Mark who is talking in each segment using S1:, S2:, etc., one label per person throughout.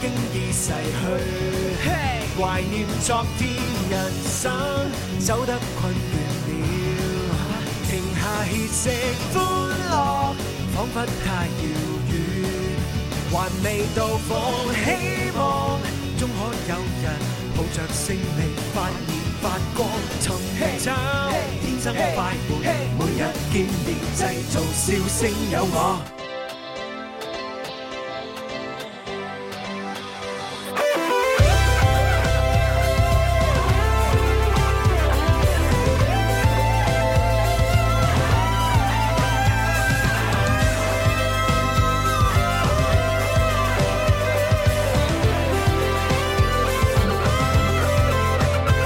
S1: 經已逝去，懷念昨天人生走得困倦了，停下歇息歡樂，彷彿太遙遠，還未到訪希望，終可有人抱着勝利發現發光，尋找天生快活，每日見面製造笑聲有我。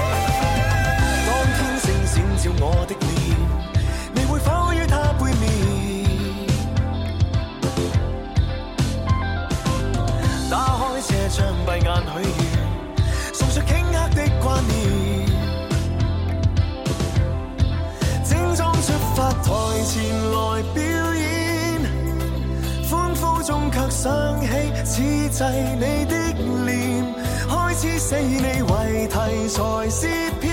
S2: 當天星閃照我的臉，你會否於他背面？打開車窗，閉眼許願，送上頃刻的掛念。整裝出發，台前來表演，歡呼中卻想起此際你的臉，開始寫以你為題材詩篇。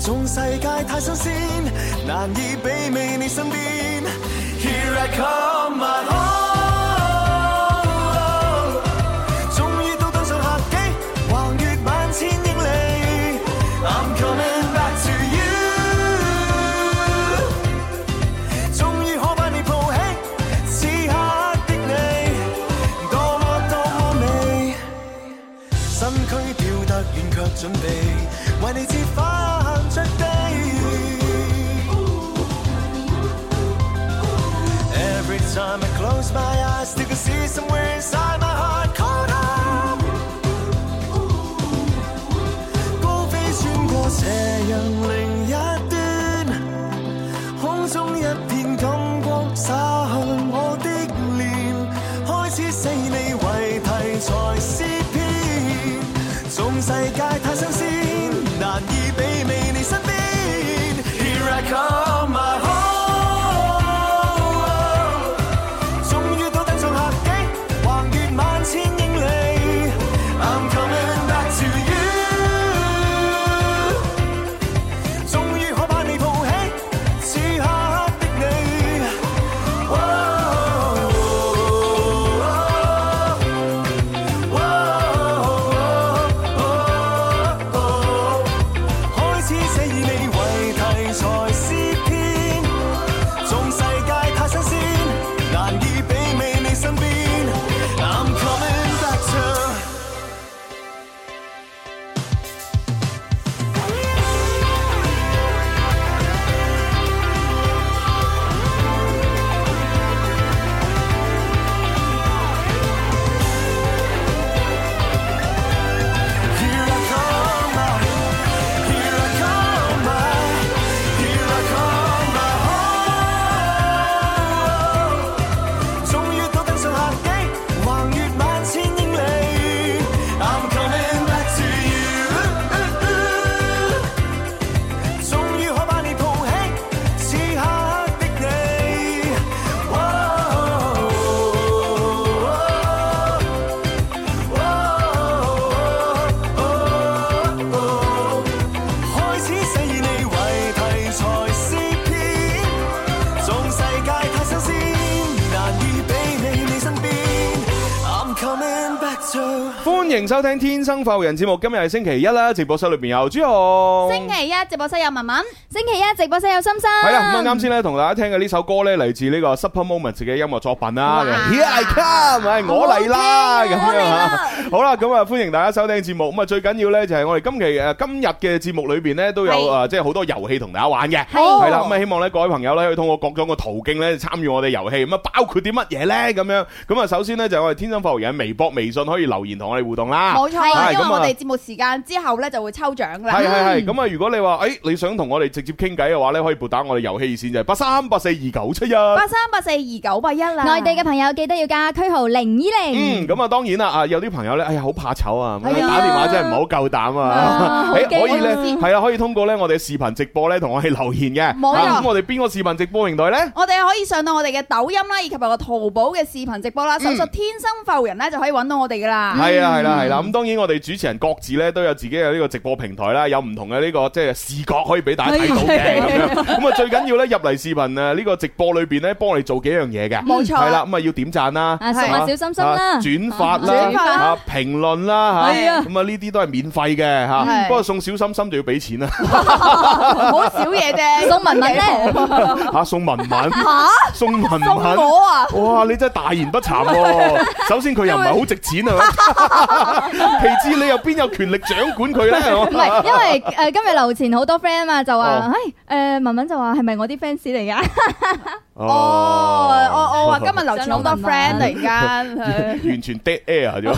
S2: 縱世界太新鮮，難以媲美你身邊。Here I come, my love。終於都登上客機，橫越萬千英里。I'm coming back to you。終於可把你抱起，此刻的你，多麼多麼美。身軀跳得遠，卻準備為你折花行着地。Every time I close my eyes, still can see somewhere inside my heart caught up。高飛穿過斜陽另一端，空中一片金光灑向我的臉，開始寫以你為題材詩篇，縱世界太新鮮，難以媲美你身邊。Here I come, my home。終於都登上客機，橫越萬千英里。I'm coming back to you。終於可把你抱起，此刻的你。哇哇哇開始寫以你為題材詩篇。縱世界太新鮮，難以媲美你身邊。I'm coming back to。Here I come, my, here I come, my, here I come, my home。終於都登上客機，橫越萬千英里。I'm coming back to you。終於可把你抱起，此刻的你。開始寫以你為題材詩篇，縱世界太新鮮，難以媲美你身邊。I'm coming back to
S3: 歡迎收聽《天生快活人》節目，今日係星期一啦，直播室裏邊有朱紅。
S4: 星期一直播室有文文，星期一直播室有心心。
S3: 系啦，咁啊啱先咧，同大家聽嘅呢首歌咧，嚟自呢個 Super Moment 嘅音樂作品啦。
S4: 哇
S3: Here I come，唉我嚟啦，
S4: 好
S3: 咁
S4: 聽啊
S3: 樣啊
S4: 我嚟啦
S3: 好啦，咁啊，歡迎大家收聽節目。咁啊，最緊要咧就係我哋今期誒今日嘅節目裏邊咧都有
S4: 係
S3: 啊，即係好多遊戲同大家玩嘅。
S4: 係
S3: 係啦，咁啊，希望咧各位朋友咧可以通過各種嘅途徑咧參與我哋遊戲。咁啊，包括啲乜嘢咧？咁樣咁啊，首先咧就係我哋天生快活人微博、微信可以留言同我哋互動啦。
S5: 冇錯，
S3: 係
S5: 因
S3: 咁
S5: 為
S3: 啊
S5: 我哋節目時間之後咧就會抽獎㗎啦。
S3: 系系系，咁啊！如果你話诶你想同我哋直接傾偈嘅話咧，可以撥打我哋遊戲熱線就係八三八四二九七一。
S5: 八三八四二九八一啦，
S4: 內地嘅朋友記得要加區號零二
S3: 嗯，
S4: 零。
S3: 咁啊，當然啦，啊，有啲朋友咧，哎呀，好怕醜啊，咁
S5: 哎呀
S3: 打電話真係唔係好夠膽
S4: 啊
S3: 啊
S4: 好，
S3: 誒
S4: 驚
S3: 可以咧，
S4: 啊
S3: 係啊，可以通過咧我哋視頻直播咧同我哋留言嘅。
S5: 冇
S3: 啊
S5: 錯
S3: 咁我哋邊個視頻直播平台咧？
S5: 我哋可以上到我哋嘅抖音啦，以及我個淘寶嘅視頻直播啦，搜索天生浮人咧就可以揾到我哋㗎啦。
S3: 系啊，系啦，系啦。咁當然，我哋主持人各自咧都有自己嘅呢個直播平台啦，有唔同嘅呢個即係視覺可以俾大家睇到嘅咁樣。咁啊，最緊要咧入嚟視頻啊，呢個直播裏边咧幫你做幾樣嘢嘅，
S5: 冇錯
S3: 係啦，咁啊要點讚啦，
S6: 啊，送下小心心啦，
S3: 转发
S5: 轉
S3: 啦，
S5: 發啦
S3: 啊評論啦，
S5: 係
S3: 吓
S5: 啊
S3: 咁啊呢啲都係免費嘅吓。
S5: 係
S3: 不過送小心心就要俾錢啦，
S5: 好少嘢啫，
S6: 送文 文咧，
S3: 吓啊送 文文，送文
S5: 送
S3: 文。
S5: 我啊，
S3: 哇！你真係大言不慚 喎。首先佢又唔係好值錢啊，其次你又邊有權力掌管 佢咧？係嘛
S6: 唔係，因為誒今日樓前好多 friend 啊嘛，就
S3: 哦
S6: 話，唉誒文文就話係咪我啲 fans 嚟㗎？
S3: 哦
S5: 哦，我我話今日留 前好多
S6: 想問啊
S5: friend 突然間，
S3: 完全 dead air 咗，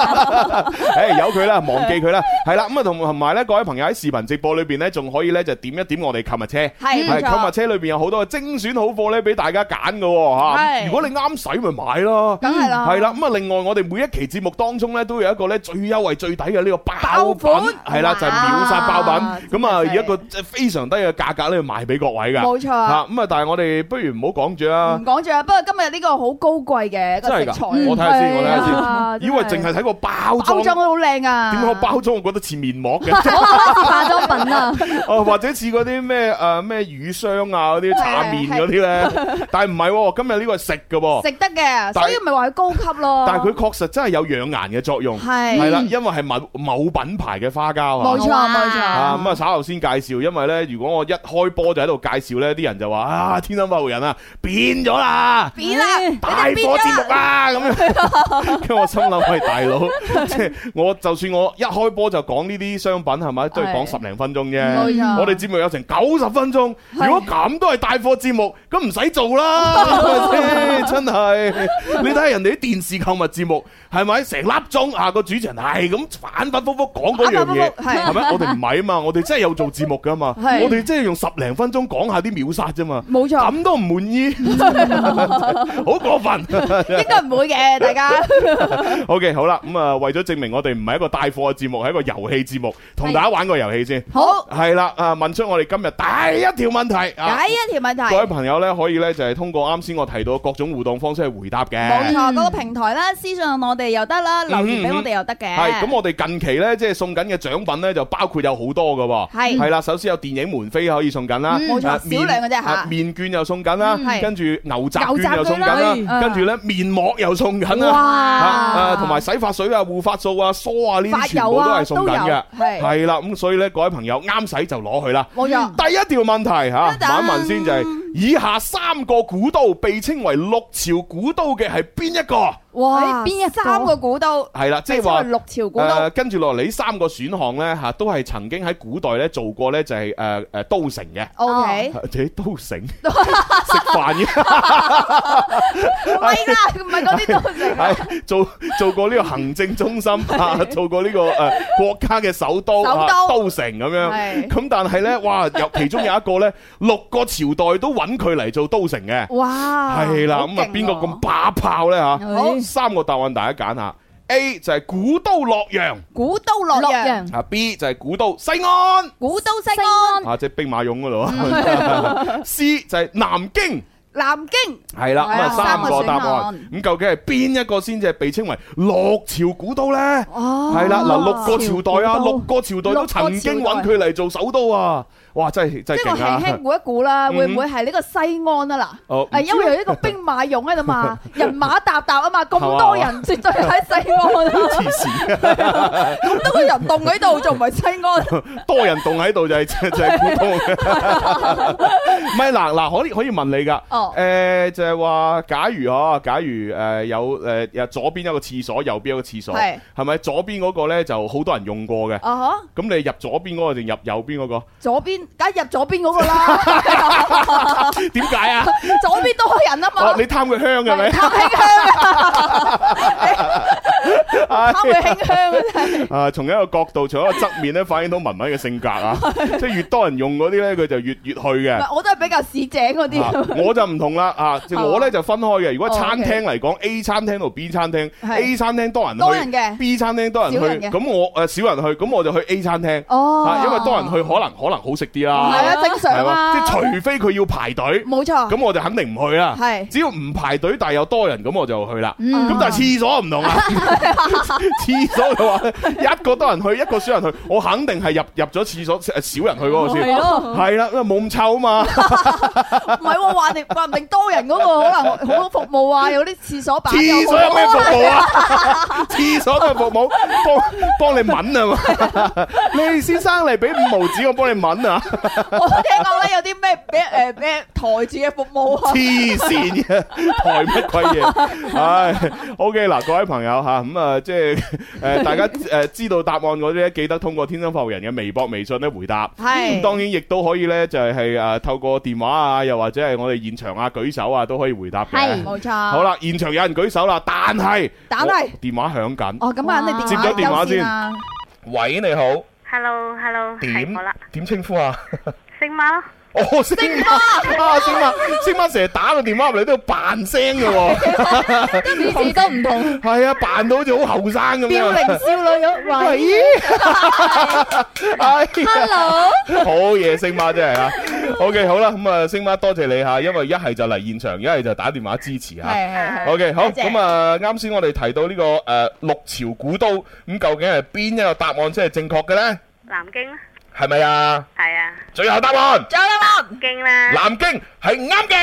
S3: 誒由佢啦，忘記佢啦，係啦，咁啊同同埋咧，各位朋友喺視頻直播裏邊咧，仲可以咧就點一點我哋購物車。
S5: 係冇
S3: 係購物
S5: 錯，
S3: 車裏邊有好多精選好貨咧，俾大家揀嘅喎嚇
S5: 係
S3: 如果你啱使，咪買咯。
S5: 梗係啦，
S3: 係啦，咁啊，另外我哋每一期節目當中咧，都有一個咧最優惠最抵嘅呢個爆
S5: 爆
S3: 品
S5: 款，
S3: 係啦，就係秒殺爆品，咁啊
S5: 真係犀利
S3: 以一個即係非常低嘅價格咧賣俾各位㗎。
S5: 冇錯啊
S3: 嚇，咁啊，但係我哋不如唔好講住啊
S5: 唔。講住啦。不過今日呢個好高貴嘅一個
S3: 真係
S5: 食
S3: 㗎
S5: 材，嗯
S3: 我睇下先我睇下先
S5: 係啊
S3: 以為淨係睇個包裝
S5: 包，裝都好靚啊，
S3: 點解個包裝我覺得似面膜 嘅？
S6: 我話好似化妝品啊，
S3: 哦，或者似嗰啲咩誒咩乳霜啊嗰啲搽面嗰啲咧，但係唔係喎，今日呢個係食嘅喎，
S5: 食得啊嘅，
S3: 但
S5: 所以咪話佢高級咯。
S3: 但係佢確實真係有養顏嘅作用，
S5: 係
S3: 係啦，因為係某某品牌嘅花膠
S5: 冇
S3: 啊。
S5: 錯冇錯
S3: 啊，咁啊，稍後先介紹，因為咧，如果我一開波就喺度介紹咧，啲人就話啊，天生發號人啊，變咗啦，
S5: 扁啦，你
S3: 大
S5: 哋
S3: 波
S5: 變
S3: 節
S5: 咗
S3: 目啊，咁樣， 跟住我心諗，喂，大佬，即係我就算我一開波就講呢啲商品係咪，都係講十零分鐘啫。
S5: 冇錯
S3: 我哋節目有成九十分鐘，如果咁都係帶貨節目，咁唔使做啦，係咪先真係。你睇下人哋啲電視購物節目，係咪成粒鐘啊？個主持人係咁反反覆覆講嗰樣嘢，
S5: 啊反反覆覆係
S3: 係咪？我哋唔係啊嘛，我哋真係有做節目噶嘛，
S5: 係
S3: 我哋真係用十零分鐘講下啲秒殺啫嘛，
S5: 冇錯，
S3: 咁都唔滿意，好過分。
S5: 應該唔會嘅，大家
S3: OK，好啦，咁啊，為咗證明我哋唔係一個帶貨嘅節目，係一個遊戲節目，同大家玩個遊戲先。
S5: 好。
S3: 係啦，啊，問出我哋今日第一條問題 啊！
S5: 第一條問題
S3: 各。位朋友咧，可以咧就係通過啱先我提到各種互動方式去回答嘅。
S5: 冇錯，嗰個平台啦，私信我哋又得啦，留言俾我哋又得嘅。
S3: 係咁，我哋近期咧即係送緊嘅獎品咧就包括有好多噶喎。
S5: 係
S3: 係啦，首先有電影門飛可以送緊啦，
S5: 冇錯
S3: 啊
S5: 少
S3: 面
S5: 量嘅啫嚇
S3: 啊面券又送緊啦
S5: 嗯，係
S3: 跟住牛雜
S5: 牛雜
S3: 券又送緊
S5: 券
S3: 啦，
S5: 啦
S3: 跟住咧面膜又送緊啦。啊啊，
S5: 哇
S3: 同埋洗髮水啊、護髮素啊、梳啊呢啲
S5: 髮
S3: 全部
S5: 油
S3: 都
S5: 啊
S3: 係送緊嘅，
S5: 都有係
S3: 係啦，咁所以咧各位朋友啱使就攞去啦。
S5: 冇錯，
S3: 第一條問題嚇，
S5: 等
S3: 問
S5: 等
S3: 一問先就係、以下三個古都被稱為六朝古都嘅係邊一個？
S6: 誒
S5: 哇，
S6: 邊一個
S5: 三個古都，
S3: 係啦，即係
S5: 稱為
S3: 話。
S5: 六朝古
S3: 誒
S5: 都，
S3: 跟住落嚟呢三個選項呢，嚇，都係曾經喺古代咧做過呢，就係誒誒都城嘅，
S5: O K，
S3: 或者都 城食飯嘅，
S5: 唔係啦，唔係 嗰啲都成啦，
S3: 係做做過呢個行政 中心啊，做過呢個誒國家嘅首都
S5: 首都
S3: 啊都城咁樣。
S5: 係
S3: 咁但係呢，哇，有其中有一個呢， 六個朝代都揾佢嚟做都城嘅。
S5: 哇，
S3: 系啦，
S5: 好
S3: 咁啊
S5: 勁
S3: 邊個
S5: 喎
S3: 咁把炮咧吓？
S6: 哎
S3: 好，三個答案大家揀下。A 就係古都洛陽，
S5: 古都洛
S6: 洛
S5: 陽，
S6: 陽、
S3: 啊 B 就係古都西安，
S5: 古都西
S6: 西
S5: 安，
S6: 安、
S3: 啊即係兵馬俑嗰度啊。C 就係南京，
S5: 南京，
S3: 係啦，咁啊
S5: 嗯係啊
S3: 三個答
S5: 三個選
S3: 案
S5: 項。
S3: 咁究竟係邊一個先至係被稱為六朝古都咧？
S5: 哦
S3: 係啦，嗱六個朝代啊，
S6: 朝古都
S3: 六個朝代都曾經揾佢嚟做首都啊！哇，真係真
S5: 即
S3: 係
S5: 係我
S3: 勁
S5: 輕
S3: 啊
S5: 輕！估一估啦，
S3: 嗯
S5: 會唔會係呢個西安啊
S3: 哦
S5: 嗱？
S3: 唔
S5: 誒，因為有呢個兵馬俑喺 度嘛，人馬搭搭啊嘛，咁
S3: 係嘛
S5: 多人絕對喺西安啊，
S3: 黐線。
S5: 咁多個人棟喺度，仲唔係西安？
S3: 多人動喺度就係 就係古都 唔係嗱嗱，可以可以問你㗎。
S5: 哦
S3: 誒就係話，假如啊，假如誒有誒有左邊一個廁所，右邊一個廁所，
S5: 係
S3: 係咪左邊嗰個咧就好多人用過嘅？
S5: 啊哈！
S3: 咁你入左邊嗰個定入右邊嗰個？
S5: 左邊，梗係入左邊嗰 個啦，哦
S3: 點解啊？
S5: 左邊多人啊嘛
S3: 哦，，你貪佢香嘅咪？
S5: 貪香
S3: 係
S5: 啊，他會輕香嘅真 係。
S3: 啊，從一個角度，從一個側面咧，反映到文文嘅性格 啊，即係越多人用嗰啲咧，佢就越越去嘅。
S5: 唔係我都係比較市井嗰
S3: 啊
S5: 啲。
S3: 我就唔同啦啊！即係我咧就分開嘅。如果
S5: 哦
S3: 餐廳嚟講，A 餐廳同 B 餐廳
S5: 係
S3: ，A 餐廳多人去，
S5: 多人嘅
S3: b 餐廳多人
S5: 少人
S3: 去，
S5: 嘅
S3: 咁我誒呃少人去，咁我就去 A 餐廳。
S5: 哦
S3: 啊，因為多人去可能可能好食啲
S5: 係
S3: 啦，
S5: 啊，正常
S3: 嘛？即
S5: 啊。
S3: 係除非佢要排隊，
S5: 冇錯。
S3: 咁我就肯定唔去啦。
S5: 係
S3: 只要唔排隊，但係有多人，咁我就去啦。
S5: 嗯
S3: 咁但係廁所唔同 啦，廁所嘅話咧，一個多人去，一個少人去，我肯定係入入咗廁所誒少人去嗰個
S5: 哦係
S3: 先。
S5: 咯，
S3: 係啦，因為冇咁臭啊嘛。
S5: 唔係喎，話定話唔定多人嗰個可能好好服務啊，有啲廁所板
S3: 廁所有咩服務啊？ 廁所都係服務，幫幫你抿啊嘛！你先生嚟俾五毛紙，我幫你抿啊！
S5: 我聽講咧有啲咩咩誒咩台住嘅服務啊，
S3: 黐線 嘅，抬乜鬼嘢？唉，OK 嗱，各位朋友吓，咁啊，即係 誒，大家誒知道答案嗰啲咧，記得通過天生發育人嘅微博、微信咧回答。咁
S5: 係
S3: 當然亦都可以咧，就係係誒透過電話啊，又或者係我哋現場啊舉手啊，都可以回答嘅。
S5: 冇錯。
S3: 好，啦，現場有人舉手啦，但係
S5: 但係
S3: 我電話響緊。
S5: 哦咁啊，肯定
S3: 接
S5: 電話啊
S3: 咗電話
S5: 優先
S3: 先
S5: 啦。
S3: 喂，你好。
S7: Hello Hello，係我啦，
S3: 點稱呼啊？
S7: 星媽咯，
S3: 哦，星媽啊，星媽，星媽成日打個電話入嚟都要扮聲嘅喎，
S6: 次次都唔同。
S3: 係啊，扮到好似好後生咁
S5: 妙齡
S3: 樣。
S5: 少女咁話，
S3: 喂，哎呀
S6: Hello，
S3: 好嘢，星媽真係啊。OK，好啦，咁啊，星媽多謝你嚇，因為一係就嚟現場，一係就打電話支持嚇。
S5: 係係係
S3: OK，好，
S5: 多謝
S3: 咁啊，啱先我哋提到呢個誒六朝古都，咁究竟係邊一個答案先係正確嘅呢？
S7: 南京啦，
S3: 係咪啊？
S7: 係啊，
S3: 最後答案。
S5: 仲有啦，
S7: 京啦，
S3: 南京係啱嘅。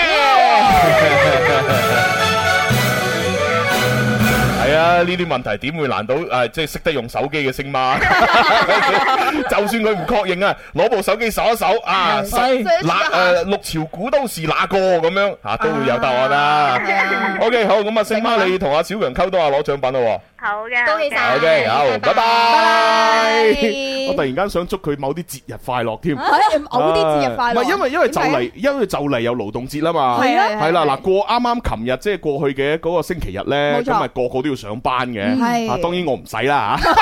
S3: 係啊，呢啲問題點會難到誒、即係識得用手機嘅星媽？ 就算佢唔確認啊，攞部手機搜一搜啊，搜
S5: 係
S3: 哪誒六朝古都是哪個咁樣啊，都會有答案啦。OK，好，咁啊，星媽你同阿小強溝通下攞獎品咯
S7: 好嘅，
S8: 恭喜
S7: 好嘅
S8: 晒
S3: 喎。OK，好，拜拜。我突然間想祝佢某啲節日快樂添。
S5: 哎偶啲節日快
S3: 唔
S5: 樂。
S3: 係因為因為就
S5: 點解
S3: 嚟，因為就嚟有勞動節啦嘛。
S5: 係啊
S3: 係啦，嗱，過啱啱琴日即係過去嘅嗰個星期日咧，
S5: 冇錯嗯
S3: 咁咪個個都要上班嘅。
S5: 係
S3: 啊，當然我唔使啦嚇。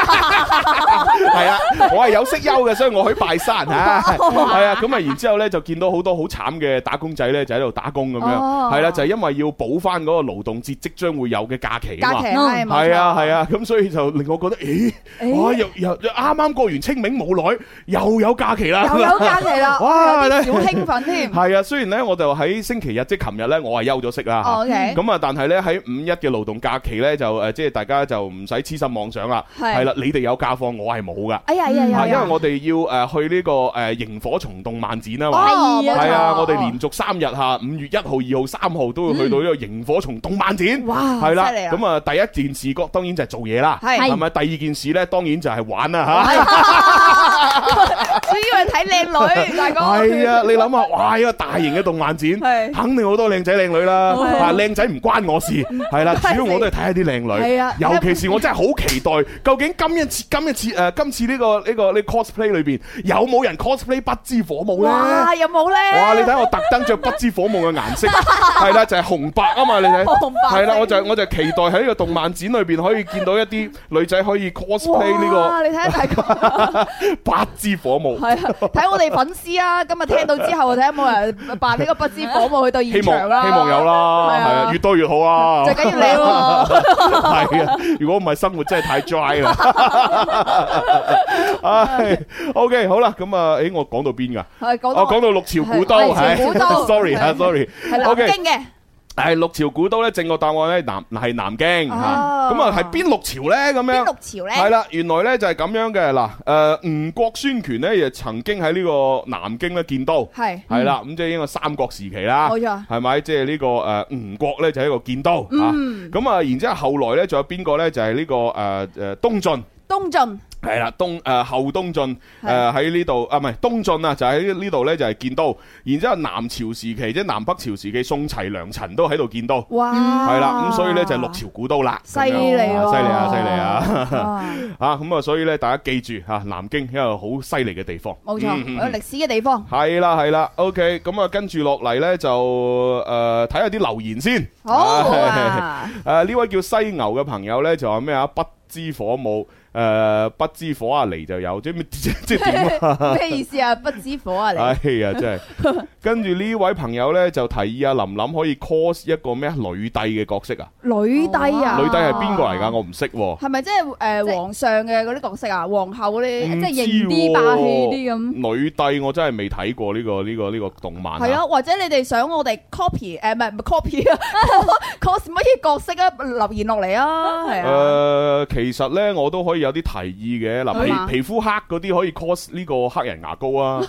S3: 係啊，我係有息休嘅，所以我去拜山 嚇。係啊，咁啊，然之後咧就見到好多好慘嘅打工仔咧，就喺度打工咁樣。
S5: 哦
S3: 係啦，就係因為要補翻嗰個勞動節即將會有嘅假期啊
S5: 假
S3: 嘛
S5: 期。係冇錯
S3: 係啊係啊，咁所以就令我覺得，咦，哇，又又又啱啱過完清明冇耐，又有假期啦。
S5: 又有假期啦，
S3: 哇
S5: 有啲小 興奮添。
S3: 係啊，雖然咧我就喺星期日即係琴日咧，我係休咗息啦。
S5: 哦，OK，
S3: 咁啊，但係咧喺五一嘅勞動假期咧，就呃誒即係大家就唔使痴心妄想啦。
S5: 係
S3: 係啦，你哋有假放，我係冇噶。
S5: 哎呀哎呀哎呀
S3: 啊，
S5: 哎
S3: 因為
S5: 呀，
S3: 我哋要誒去呢個誒螢火蟲動漫展啊嘛。
S5: 哦，冇錯
S3: 係啊，我哋連續三日嚇，五月一號、二號、三號都會去到呢個螢火蟲動漫展。
S5: 嗯哇
S3: 係啦，
S5: 犀利啊
S3: 咁啊第一件事當然就係做嘢啦。
S5: 係
S3: 係咪？第二件事咧，當然就係玩啦嚇。
S5: 主要係睇 靚女，大哥。
S3: 係啊，你諗下，哇！一個大型嘅動漫展，
S5: 係
S3: 肯定好多靚仔靚女啦。
S5: 係嗯
S3: 啊，靚仔唔關我事，係啦，主要我都係睇下啲靚女。
S5: 係啊
S3: 尤其是我真係好期待，究竟今一次、今一次誒、今次呢個呢個呢 cosplay 裏邊有冇人 cosplay 不知火舞咧？
S5: 哇，有冇咧？
S3: 哇！你睇我特登着不知火舞嘅顏 色，係啦，就係紅白啊嘛！你睇，
S5: 紅白
S3: 係啦，我就我就期待喺呢個動漫展裏邊可以見到一啲女仔可以 cosplay
S5: 哇
S3: 呢
S5: 你睇 下大哥，
S3: 個不知火舞。
S5: 係啊，睇我哋粉絲啊，今日聽到之後，睇下有冇人扮呢個不知火舞去到
S3: 希
S5: 現
S3: 望
S5: 場啦。啊
S3: 希望有啦，
S5: 係
S3: 係
S5: 啊
S3: 啊，越多越好啊。
S5: 最緊要你喎，
S3: 係啊，如果唔係生活真係太 dry 啦。唉，OK，好啦，咁啊，誒，我講到邊噶？
S5: 係講
S3: 我
S5: 到
S3: 講到六朝古都，
S5: 係係朝古都
S3: 係 sorry 啊
S5: 係
S3: ，sorry。
S5: 係南
S3: OK，
S5: 京嘅，
S3: 係六朝古都咧，正確答案咧南係南京嚇。
S5: 哦
S3: 咁啊，係邊六朝咧？咁
S5: 邊
S3: 樣
S5: 六。朝咧？
S3: 系啦，原來咧就係咁樣嘅嗱，誒吳國孫權咧亦曾經喺呢個南京咧建都，
S5: 係
S3: 係啦，咁即係應該三國時期啦，
S5: 冇錯嗯
S3: 係咪？即係呢個誒吳國咧就係一個建都呃啊，咁啊，然之後後來咧仲有邊個咧就係呢個誒誒東晉。
S5: 東晉，
S3: 系啦，東诶后東晉诶喺呢度啊，唔係東晉啊，就喺呢度咧就係建都，然之后南朝時期即係南北朝時期，宋齊梁陳都喺度建都，
S5: 哇！
S3: 係啦，咁所以咧就係六朝古都啦，
S5: 犀利
S3: 咁樣
S5: 喎
S3: 啊犀利啊，犀利啊！
S5: 啊
S3: 啊，咁啊，所以咧，大家記住嚇，南京一個好犀利嘅地方。嗯
S5: 冇錯，有歷史嘅地方。
S3: 係啦，係啦，OK，咁啊，跟住落嚟咧就呃誒睇下啲留言先。
S5: 好 啊，
S3: 誒呢位叫犀牛嘅朋友咧就話咩啊？不知火舞，誒不知火啊嚟就有，即係 即即係點啊？
S5: 咩意思啊？不知火啊
S3: 哎
S5: 你？
S3: 呀，真係。跟住呢位朋友咧就提議阿林林可以 cos 一個咩啊女帝嘅角色啊？
S5: 女帝
S3: 哦
S5: 啊？
S3: 女帝係邊個嚟㗎？我唔識喎。
S5: 係咪即係誒皇上嘅嗰啲角色啊？皇后嗰
S3: 唔
S5: 啲
S6: 即係
S5: 即係
S6: 型啲
S3: 知喎
S6: 霸氣啲咁
S3: 女帝我真係未睇過呢個呢個呢個動漫。
S5: 係啊，或者你哋想我哋 copy 誒唔係唔係 copy 啊 cos 乜嘢角色啊？留言落嚟啊，係
S3: 誒、
S5: 啊，
S3: 其實咧我都可以有啲提議嘅，
S5: 係嘛
S3: 嗱皮皮膚黑嗰啲可以 cos 呢個黑人牙膏 啊，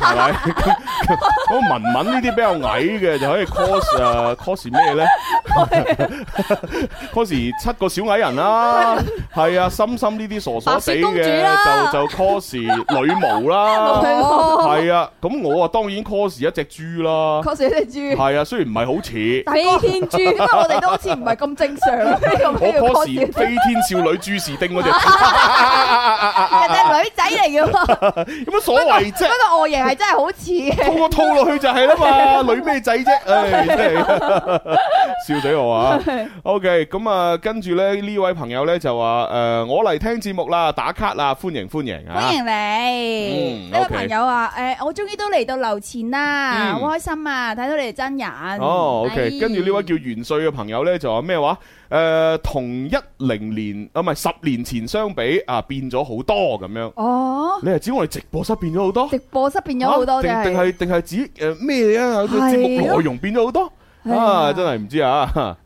S3: 係咪？ 咁文文呢啲比較矮嘅就可以 cos 誒、cos 咩 咧 ？cos 七個小矮人啦、係啊，心心呢啲傻
S6: 白
S3: 傻
S6: 雪
S3: 地
S6: 公主
S3: 嘅、
S6: 啦
S3: 就就 cos 女巫 啦，係啊，咁我啊當然 cos 一隻豬啦，
S5: cos 一隻豬。
S3: 係啊，雖然唔係好似。
S5: 大哥，
S6: 飛 天
S5: 點解
S6: 豬，
S5: 我哋都好似唔係咁正常啊呢咁
S3: 我
S5: 呢個
S3: cos
S5: cos？
S3: 飛
S5: 人
S3: 天少女朱士丁嗰只，啊
S5: 哋女仔嚟嘅嘛，
S3: 有乜所謂啫？
S5: 不過外形係真係好似嘅。
S3: 套個套落去就係啦嘛，女咩仔 啫？唉，真係啊笑死我啊！OK，咁啊，跟住咧呢位朋友咧就話诶，呃我嚟聽節目啦，打卡啦，歡迎歡迎啊
S5: 歡！迎你，
S3: 嗯
S5: 呢位
S3: OK
S5: 朋友話：誒，我終於都嚟到樓前啦，
S3: 嗯
S5: 好開心啊！睇到你哋真人，
S3: 哦
S6: 哎
S3: ，OK，跟住呢位叫元帥嘅朋友咧就話咩話？诶，同一零年啊，唔係十年前相比啊，變咗好多咁樣。
S5: 哦，
S3: 你係指我哋直播室變咗好多？
S5: 直播室變咗好
S3: 啊
S5: 多
S3: 定
S5: 真
S3: 定
S5: 係
S3: 係定係指誒咩啊？個節
S5: 係
S3: 目
S5: 咯
S3: 內容變咗好多
S5: 係
S3: 啊！
S5: 啊
S3: 真係唔知啊！
S5: 呢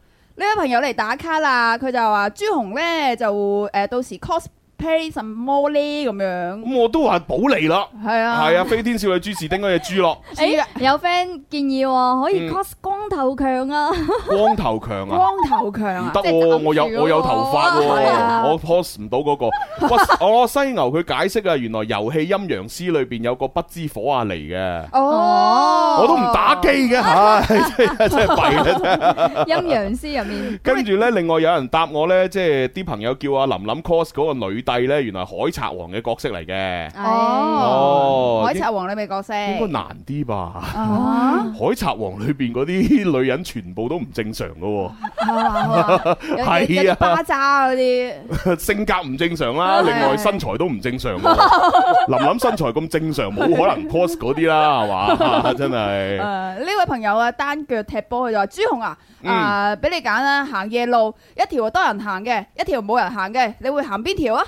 S5: 位朋友嚟打卡啦，佢就話朱紅咧就誒到時 cosplay 什麼咧咁樣，
S3: 咁我都話保利啦，
S5: 係啊，
S3: 係啊，飛天少女朱士丁嗰只豬 咯，
S5: 知
S6: 誒
S5: 啊
S6: 有 friend 建議喎，可以
S3: 嗯
S6: cos 光頭強啊，
S3: 光頭強啊！
S5: 光頭強
S3: 唔
S5: 啊
S3: 得，
S6: 即係
S3: 喎，
S6: 枕
S3: 我有
S6: 住嗰
S3: 我有
S6: 個
S3: 頭髮
S5: 係啊
S3: 喎，我 pos 唔到嗰個。喂， 我犀牛佢解釋啊，原來遊戲陰陽師裏邊有個不知火啊嚟嘅，
S5: 哦，
S3: 我都唔打機嘅，
S5: Ờ.
S3: 唉，真係真係弊啦啊真係。
S6: 陰 陽師入面
S3: 跟住呢，另外有人答我呢，即係啲朋友叫阿林林 cos 嗰個女帝呢，原來係海賊王嘅角色嚟嘅。
S5: 哦
S3: 哦，
S5: 海賊王你咪角色，
S3: 應該難啲吧？
S5: 啊，
S3: 海賊王裏邊嗰啲女人全部都唔正常噶，
S5: Ờ,
S3: 係
S5: 係
S3: 啊
S5: 有啲巴渣嗰啲。
S3: 性格唔正常啦，
S5: 係
S3: 另外身材都唔正常噶。 林林身材咁正常，冇可能 cos 嗰啲啦，係嘛？真
S5: 誒
S3: 係
S5: 呢位朋友啊，單腳踢波，佢就話：朱紅啊，
S3: 嗯
S5: 啊俾你揀啦，行夜路一條多人行嘅，一條冇人行嘅，你會行邊條啊？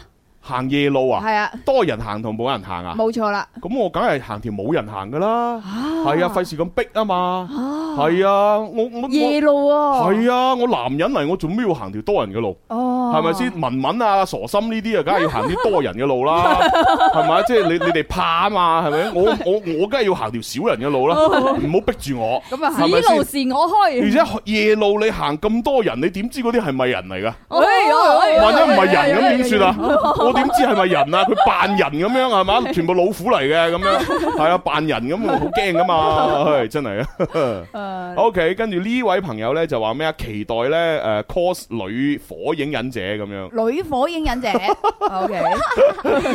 S3: 行夜路啊，
S5: 係啊，
S3: 多人行同冇人行啊？
S5: 冇錯啦。
S3: 咁我梗係行條冇人行噶啦，係啊，費事咁逼啊嘛，
S5: 啊，
S3: 係啊，我我
S5: 夜
S3: 我。
S5: 路喎，
S3: 係啊，我男人嚟，我做咩要行條多人嘅路？
S5: 哦，
S3: 係咪先？文文啊、傻心呢啲啊，梗係要行啲多人嘅路 啦，係咪？即係你你哋怕啊嘛，係咪？我我我梗係要行條少人嘅路啦，唔好逼住我。
S5: 哦咁啊
S6: 指
S5: 係，
S3: 咪
S6: 路是我
S3: 而
S6: 開，
S3: 且夜路你行咁多人，你點知嗰啲係咪人嚟噶？
S6: 哎呀
S3: 萬一唔係人咁點算啊？我點知係咪人啊？佢扮人咁樣係嘛？全部老虎嚟嘅咁樣，係啊，扮人咁我好驚噶嘛，唉真係啊！
S5: 誒
S3: OK，跟住呢位朋友咧就話咩啊？期待咧誒 cos 女火影忍者咁樣，
S5: 女火影忍者，OK，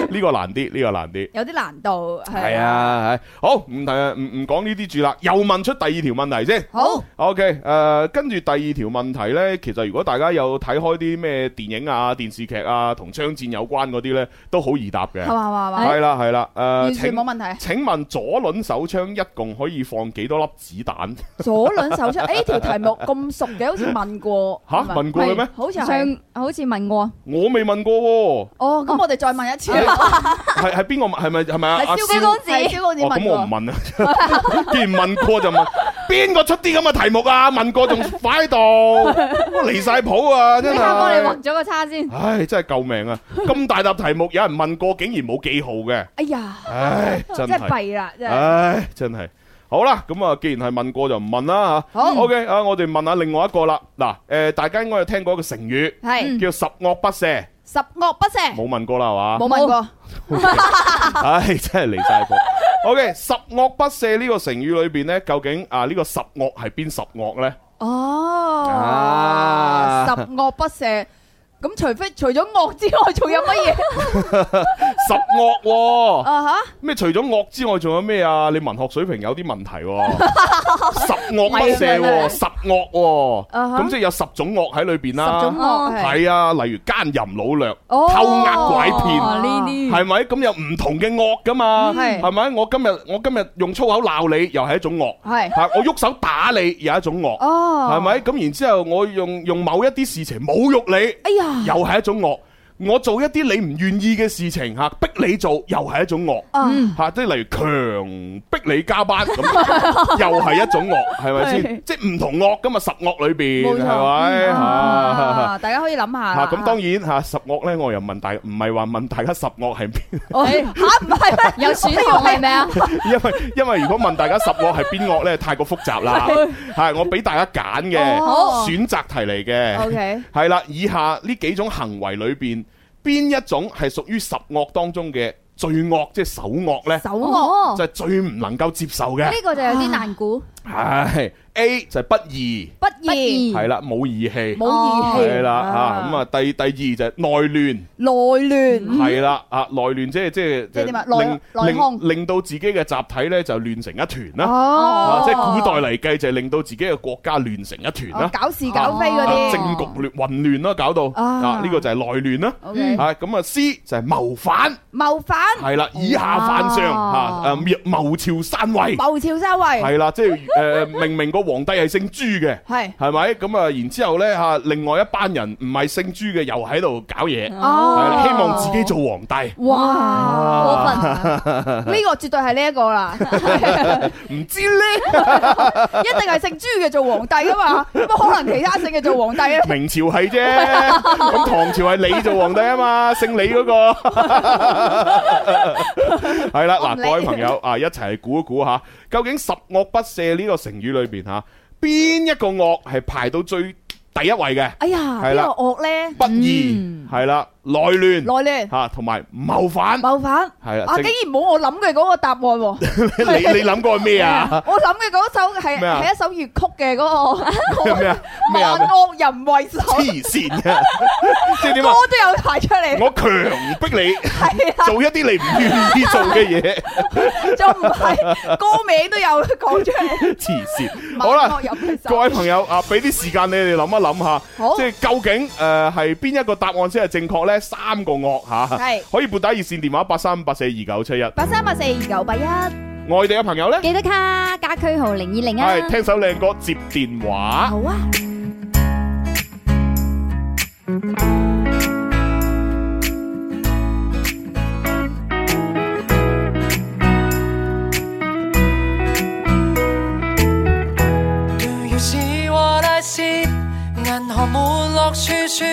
S3: 呢個難啲，呢個難啲。
S5: 有啲難度，
S3: 係，啊，係好唔提唔唔講呢啲住啦，又問出第二條問題先。
S5: 好，
S3: OK，誒、跟住第二條問題呢，其實如果大家有睇開啲咩電影啊、電視劇啊，同槍戰有關嗰啲呢，都好易答嘅。
S5: 係嘛係嘛係嘛，
S3: 係啦，係啦，誒、呃
S5: 完全冇
S3: 請
S5: 問題。
S3: 請問左輪手槍一共可以放幾多粒子彈？
S5: 左輪 手出，誒條題目咁熟嘅，好似問過，
S3: 吓
S5: 係咪
S3: 問過嘅咩
S5: 係好似係。
S6: 上好似問我，
S3: 我未問過喎、
S5: 哦，咁我哋再問 一次，
S3: 係
S5: 係
S3: 係係邊個問？係咪係咪啊？阿
S5: 蕭
S3: 蕭
S5: 公子，係蕭公子
S3: 哦，咁
S5: 問
S3: 我
S5: 過
S3: 唔。問啊。既然問過就問，邊個出啲咁嘅題目啊？問過仲快到，離晒譜啊！真
S6: 你
S3: 係。
S6: 下幫你畫咗個叉先，
S3: 唉，真係救命啊！咁大沓題目，有人問過，竟然冇記號嘅，
S5: 哎呀，
S3: 唉，真
S5: 真係
S3: 係，
S5: 弊啦，真係。
S3: 唉，真係。好啦，咁啊，既然係問過就唔問啦吓。
S5: 好
S3: OK 啊，我哋問下另外一個啦。嗱，诶，大家應該有聽過一個成語，
S5: 係
S6: 嗯
S3: 叫十惡不赦，
S5: 十惡不赦，
S3: 冇問過啦，係嘛？
S5: 冇問過，
S3: 唉，真係離晒譜。OK，十惡不赦呢個成語裏边呢，究竟啊呢個十惡係邊十惡呢？啊
S5: 哦，十惡不赦。咁除非除咗惡之外，仲有乜嘢
S3: 十惡喎。
S5: 啊？
S3: 咩？除咗惡之外，仲有咩啊？你文學水平有啲問題喎， 十惡不赦
S5: 係
S3: 喎，
S5: 啊
S3: 十惡喎，
S5: 啊哈
S3: 咁即係有十種惡喺裏邊
S5: 吓，十種
S3: 啦。
S5: 惡係
S3: 係啊，例如奸淫老掠、
S5: 哦
S3: 偷呃拐騙，
S6: 哦呢啲
S3: 係咪？咁有唔同嘅惡噶嘛？
S5: 係
S3: 係咪？我今日我今日用粗口鬧你，又係一種惡；
S5: 係
S3: 嚇我喐手打你，又係一種惡，
S5: 哦，
S3: 係咪？咁然之後，我用用某一啲事情侮辱你，
S5: 哎呀，
S3: 又係一種惡。我做一啲你唔願意嘅事情嚇，逼你做，又係一種惡。
S5: 啊
S3: 吓，即係例如強逼你加班 咁，又係一種惡，係咪先？
S5: 係
S3: 即係唔同惡噶嘛，十惡裏边
S5: 冇
S3: 係咪
S5: 錯
S3: 吓？
S5: 啊，À, 大家可以諗下
S3: 吓
S5: 啦。
S3: 咁當然啊吓十惡咧，我又問大，唔係話問大家十惡係邊，
S5: 哦吓唔係咩？
S6: 有選項係
S5: Dạ.
S6: 咪啊？
S3: 因為因為如果問大家十惡係邊惡咧，太過複雜 啦。係我俾大家揀嘅
S5: 哦
S3: 選擇題嚟嘅，
S5: ，OK，
S3: 係啦。以下呢幾種行為裏边，邊一種係屬於十惡當中嘅最惡，即係首惡咧？
S5: 首惡
S6: 哦，
S3: 就係最唔能夠接受嘅。
S6: 呢個就有啲難估，
S3: 系 A 就係不義，
S5: 不
S6: 不
S5: 義，
S3: 系啦，冇義氣，
S5: E 冇義氣，
S3: 係啦吓，咁啊第第二就係內亂，
S5: 內亂，
S3: 係啦啊內亂即係即係
S5: 嗯即係點啊
S3: 就
S5: 內
S3: 令
S5: 內訌
S3: 令令到自己嘅集體咧就亂成一團啦，
S5: 哦
S3: 啊，即係古代嚟計就係令到自己嘅國家亂成一團啦
S5: 哦，搞是搞非嗰
S3: 啊
S5: 啲
S3: 政局亂混亂啦，搞到
S5: 啊
S3: 啊呢個就係內亂啦。
S5: ，OK，
S3: 啊，咁啊，C 就係謀反，
S5: 謀反，
S3: 係啦，以下犯上吓，
S5: 哇
S3: 誒滅謀朝篡位，
S5: 啊謀朝篡位，
S3: 係啦，即係誒明明個皇帝係姓朱嘅，
S5: 係，
S3: 係咪？咁啊，然之後咧嚇，另外一班人唔係姓朱嘅，又喺度搞嘢，係啦
S5: 哦，
S3: 希望自己做皇帝，Ờ.
S5: 哇，
S6: 過分。
S5: 啊 呢個絕對係呢一個啦，
S3: 唔知 咧，
S5: 一定係姓朱嘅做皇帝噶嘛，咁可能其他姓嘅做皇帝咧，
S3: 明朝係 啫，咁唐朝係你做皇帝啊嘛，姓李嗰 個係啦。
S5: 我
S3: 嗱，
S5: 唔理
S3: 各位朋友啊，一齊估一估嚇，究竟十惡不赦呢個成語裏邊嚇，邊一個惡係排到最第一位嘅？
S5: 哎呀，
S3: 係
S5: 邊
S3: 啦
S5: 個惡咧？
S3: 不
S5: Ừ.
S3: 義係啦，內亂
S5: 嗯內亂，
S3: 嚇，同埋謀反
S5: 謀反。
S3: 係啦
S5: 啊！。
S3: 正
S5: 竟然冇我諗嘅嗰個答案喎，
S3: 你你諗過係咩 啊？
S5: 我諗嘅嗰首係
S3: 咩啊
S5: 係一首粵曲嘅嗰個
S3: 咩啊 咩啊
S5: 萬？惡人為首，
S3: 黐線嘅， 即係點啊？
S5: 歌都有排出嚟，
S3: 我強迫你
S5: 係啊，
S3: 做一啲你唔願意做嘅嘢，
S5: 仲唔係歌名都有講出嚟。
S3: 黐線。好啦
S5: 萬。惡人為首
S3: 各位朋友啊，俾啲時間你哋諗一諗下，
S5: 好
S3: 即係究竟誒係邊一個答案先係正確呢？三個惡嚇，
S5: 係
S3: 可以撥打熱線電話八三八四二九七一。
S5: 八三八四二九八一，
S3: 外地嘅朋友呢，
S6: 記得卡加區號零二零啊。
S3: 係聽首靚歌接電話。
S5: 好啊！
S9: 如是和大事，銀河沒落處處，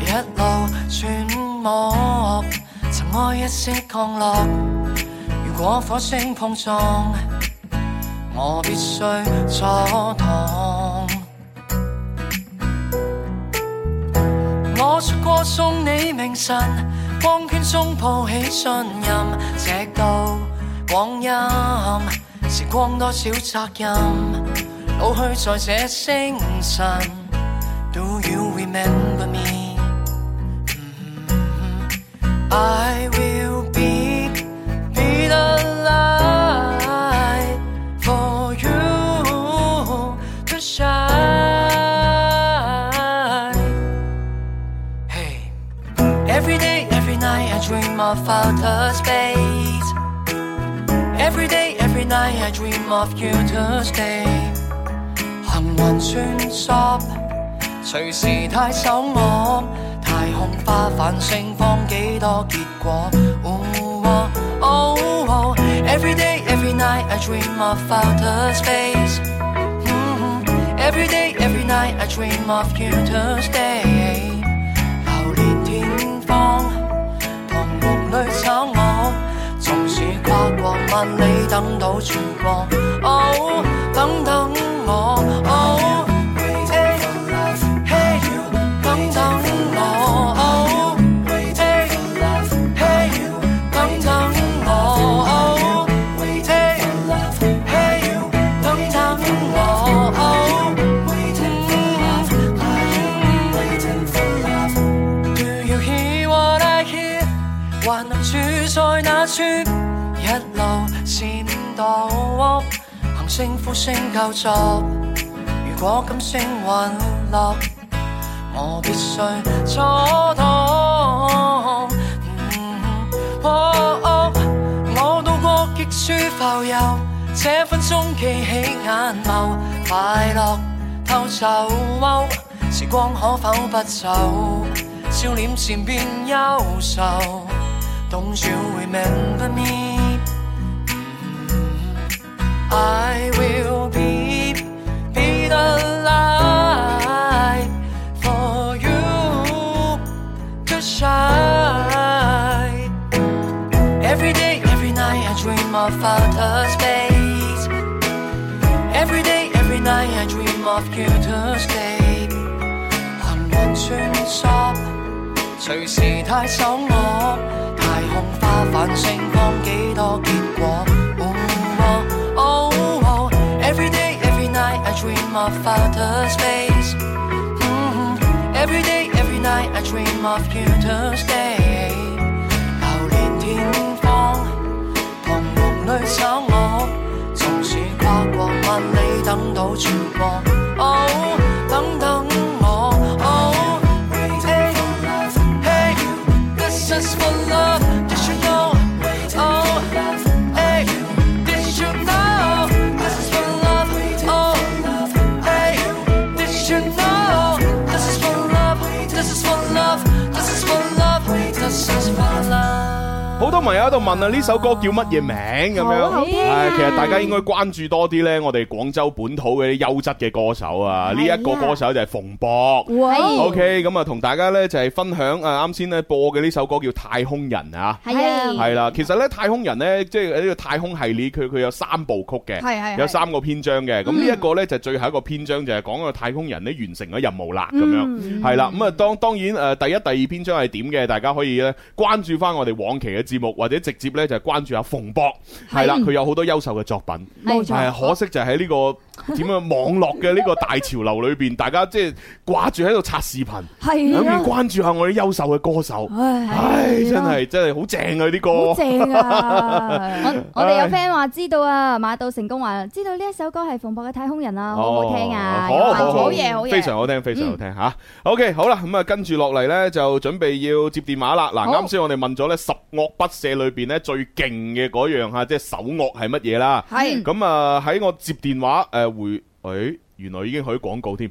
S9: 一路轉幕，塵埃一息降落。如果火星碰撞，我必須阻擋。我說過送你明晨，光圈中抱起信任，直到光陰，時光多少責任。老去在這星辰。Do you remember me? Mm-hmm. I will be be the light for you to shine. Hey, every day, every night I dream of outer space. Every day, every night I dream of you to stay. 行雲穿梭，隨時太手我，太空花繁盛放幾多結果。哦哦哦 Every day, every night, I dream of outer space. 嗯 Every day, every night, I dream of you to stay. 流連天荒，彷徨裏找我，縱使跨過某盼你等到曙光。哦，等等我，哦，hey hey，等等我，哦，hey hey，等等我，哦，hey hey，等等我，哦。Do you hear what I hear？還能住在那處，一路善道，行星呼聲夠作。如果今星陨落，我必須阻擋。嗯哦哦我到過極處浮游，這分鐘記起眼眸，快樂偷走。時光可否不走？笑臉漸變憂愁。Don't you remember me? I will be be the light for you to shine. Every day, every night, I dream of outer space. Every day, every night, I dream of you to stay. 幸運穿梭，隨時太守我。太空花瓣盛放幾多結果。哦哦哦 Every day, every night, I dream of outer space. 嗯 Every day, every night, I dream of you to stay. 流連天荒。彷徨裏找我，縱使跨過萬里等到曙光。哦，等等我，哦，Hey oh. Hey This is for love, did you know? Oh, hey, did you know? This is for love. Oh, hey, did you know? This is for love. This is for love. This is for love. This is for love.
S3: 好多朋友喺度問啊，呢首歌叫乜嘢名咁樣？
S5: 好
S6: 聽
S3: 唉其實大家應該關注多啲呢，我哋廣州本土嘅啲優質嘅歌手啊，呢一個歌手就係馮博。
S6: 係。
S3: OK，咁啊，同大家呢就係分享啊，啱先呢播嘅呢首歌叫《太空人》啊。
S6: 係啊。
S3: 系啦，其實咧太空人咧，即係呢個太空系列，佢佢有三部曲嘅，
S5: 係係
S3: 有三個篇章嘅。咁呢一個咧就最後一個篇章就係講個太空人咧完成咗任務啦，咁樣係啦。咁啊，當當然诶，第一、第二篇章係點嘅，大家可以咧關注翻我哋往期嘅節目，或者直接咧就係關注阿馮博，係啦，佢有好多優秀嘅作品。
S6: 冇
S3: 系可惜就喺呢個點樣網絡嘅呢個大潮流裏边，大家即係掛住喺度刷視頻，諗住關注下我啲優秀嘅歌手。啊唉，真係真係好正啊！呢個。
S6: 我- 我哋有 friend 話知道啊，馬到成功話知道呢一首歌係馮博嘅《太空人》啊，
S5: Ờ, à,
S6: 好好聽啊，
S3: 好
S6: 有
S3: 好
S5: 好
S3: 好
S5: 嘢好嘢
S3: 非常好聽，非常
S5: Ừ.
S3: 好聽吓。OK，好啦，咁啊，跟住落嚟呢，就準備要接電話啦。嗱，
S5: 好
S3: 啱先我哋問咗呢十惡不赦裏边呢最勁嘅嗰樣吓，即係首惡係乜嘢啦？
S5: 係
S3: 咁啊，喺我接電話诶回诶。原來已經去廣告添，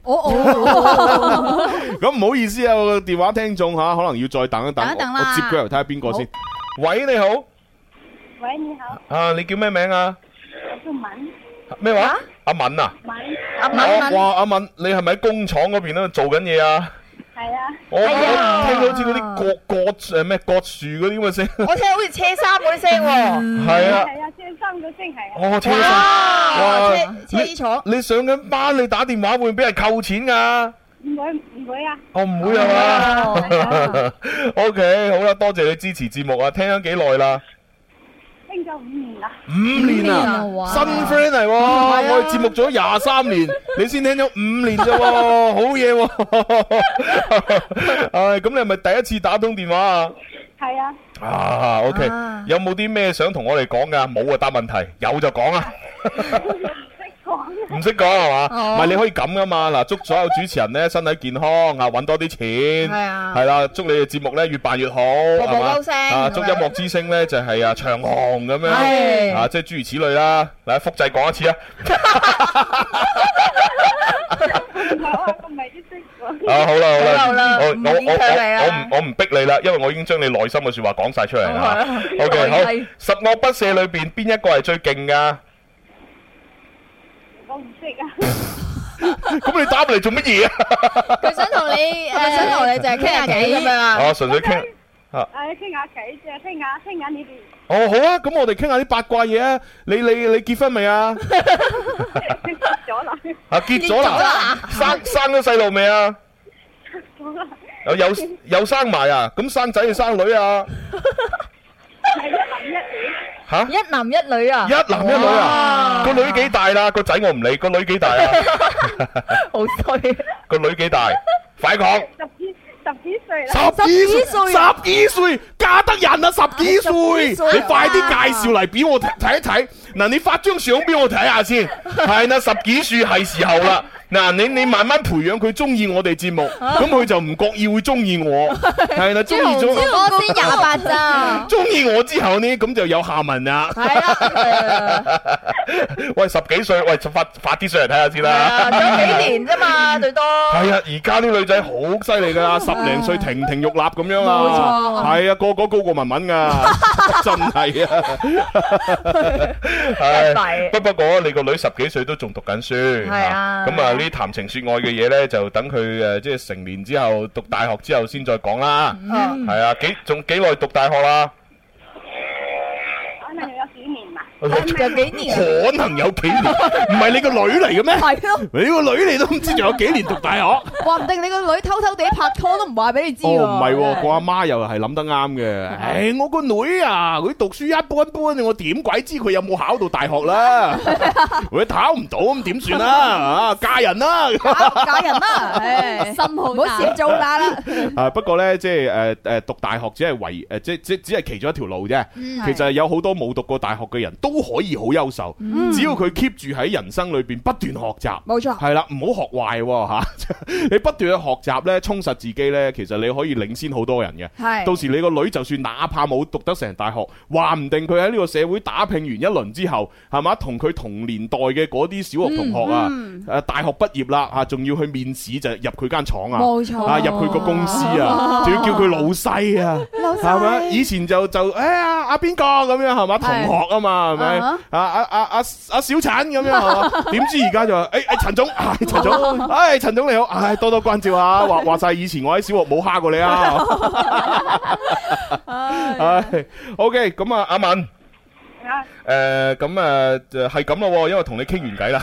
S3: 咁唔好意思啊，個電話聽眾吓，可能要再等一等，
S5: 等一等
S3: 我我
S5: 啦
S3: 接佢嚟睇下邊個先。喂，你好，
S8: 喂，你好，
S3: 啊，你叫咩名啊？
S8: 我是文
S3: 咩話？阿敏啊？
S8: 文，
S3: 哇哦哇，阿敏，你係咪喺工廠嗰邊咧做緊嘢啊？
S8: 系啊，
S3: 我我聽到好似嗰啲割割誒咩割樹嗰啲咁嘅聲， 係啊，
S8: 系啊，先生嘅聲係啊，
S3: 我哦車上哇，你你上緊班，你打電話會唔會俾人扣錢㗎？
S8: 唔會唔會啊，
S3: 我唔會啊嘛。OK，好啦，多謝你支持節目啊，聽咗幾耐啦？
S8: 聽咗五年啦，
S3: 五年啊，新 friend 嚟喎，我哋節目做咗
S2: dạ
S3: 廿三年，你先聽咗五年啫喎， 好嘢喎！唉，咁你係咪第一次打通電話啊？
S8: 係啊，
S10: À,
S3: 啊，OK，有冇啲咩想同我哋講噶？冇啊，答問題，有就講啊，
S8: 識講
S3: 唔識講係
S5: 哦
S3: 嘛？唔係你可以咁噶嘛？嗱，祝所有主持人咧身體健康啊，揾多啲錢，
S1: 係啊
S3: 係啦，祝你哋節目咧越辦越好，
S1: 步
S3: 係
S1: 高升
S3: 啊，
S1: 咁
S3: 祝音
S1: 樣
S3: 樂之星咧就係啊長虹咁樣，
S1: 係
S3: 啊，即係諸如此類啦。嗱，複製講一次啊！
S8: 我啊，我咪啲識講，
S3: 啊，好啦好啦，
S1: 好啦好啦
S3: 我我
S1: 唔
S3: 我
S1: 勉強你啦
S3: 我我唔我唔逼你啦，因為我已經將你內心嘅説話講晒出嚟啦。O K，好
S1: 好係，
S3: 十惡不赦裏邊邊一個係最勁 噶？
S8: 我唔識啊，
S3: 咁你打入嚟做乜嘢啊？
S6: 佢想同你，誒，
S3: Ờ,
S1: 係咪想同你就係傾下偈咁樣啊？
S3: 哦，純粹傾啊
S8: 诶，倾下偈啫，听下听下你哋，
S3: 哦，好啊，咁我哋傾下啲八卦嘢啊。你你你結婚未啊？
S8: 咗啦，
S3: 啊，結咗
S10: à?
S3: 啦，生生咗細路未啊？
S8: 咗啦，
S3: 有有有生埋啊？咁生仔定生女啊？
S8: 系一男一女，
S3: 吓、
S1: 一男一女啊，
S3: 一男一女啊？個女幾大啦？個仔我唔理，個女幾大啊？
S1: 好衰，
S3: 個女幾大？快講！
S8: 十幾十幾歲啦，
S3: 十幾歲，
S10: à?
S1: 十幾歲啊
S3: 十幾歲嫁得人啊！十幾歲，
S1: 十幾歲啊
S3: 你快啲介紹嚟俾我睇睇一睇。嗱，你發張相俾我睇下 先。係啦，十幾歲係時候啦。嗱，你你慢慢培養佢中意我哋節目，
S1: 啊
S3: 咁佢就唔覺意會中意我。 係啦，中意咗，
S6: 我先廿八咋，
S3: 中意我之後呢，咁就有下文啦。
S1: 系啦，
S3: 喂，十幾歲，喂，發發啲相嚟睇下先
S1: 係啊
S3: 啦。
S1: 仲 有幾年啫嘛，最多。
S3: 系啊，而家啲女仔好犀利 噶，十零歲亭亭玉立咁樣啊，係啊，個個高過文 文噶，真係啊，
S1: 真
S3: 唉
S1: 係
S3: 不不過你個女十幾歲都仲讀緊書，
S1: 係啊
S3: 嚇咁啊呢啲談情说愛嘅嘢呢，就等佢诶即係成年之後讀大學之後先再講啦，
S1: 嗯
S3: 係啊，幾仲幾耐讀大學啦？
S8: 可能有幾年吧，
S1: 有幾年啊？
S3: 可能有幾年，唔係你個女嚟嘅咩？
S1: 係咯，
S3: 你個女你都唔知仲有幾年讀大學？
S5: 話唔定你個女偷偷地拍拖都唔話俾你知
S3: 哦，唔
S5: 喎。
S3: 係
S5: 真
S3: 喎，
S5: 係
S3: 個阿媽又係諗得啱嘅。唉，我個女啊，佢讀書一般般，我點鬼知佢有冇考到大學 啦？佢考唔到咁點算啦？啊，嫁人啦！
S5: 搞嫁人啦，唉
S6: 心好
S5: 唔好
S6: 大
S5: 涉。做乸啦。
S3: 啊，不過呢，即係誒誒讀大學只係唯誒，即即只係其中一條路啫。
S5: 嗯
S3: 其實有好多冇讀過大學嘅人都可以好優秀，
S5: 嗯
S3: 只要佢 keep 住喺人生裏邊不斷學習。
S5: 冇錯，
S3: 係啦，唔好學壞喎嚇！ 你不斷去學習呢，充實自己呢，其實你可以領先好多人嘅。
S5: 係
S3: 到時你個女就算哪怕冇讀得成大學，話唔定佢喺呢個社會打拼完一輪之後，係嘛？同佢同年代嘅嗰啲小學同學啊，誒、
S5: 嗯
S3: 大學畢業啦啊，仲要去面試就入佢間廠啊，
S5: 冇錯哦
S3: 啊入佢個公司啊，仲要叫佢老細啊，係咪？以前就就哎呀阿邊個咁樣係嘛？同學啊嘛係咪？
S5: 啊
S3: 啊啊啊啊啊小陳咁樣係嘛？點知而家就話誒誒陳總，唉陳總，唉陳總你好，唉多多關照啊！話話曬以前我喺小學冇蝦過你啊！唉，OK，咁啊，阿敏，
S8: 啊，
S3: 诶，咁啊，就係咁咯喎，因為同你傾完偈啦。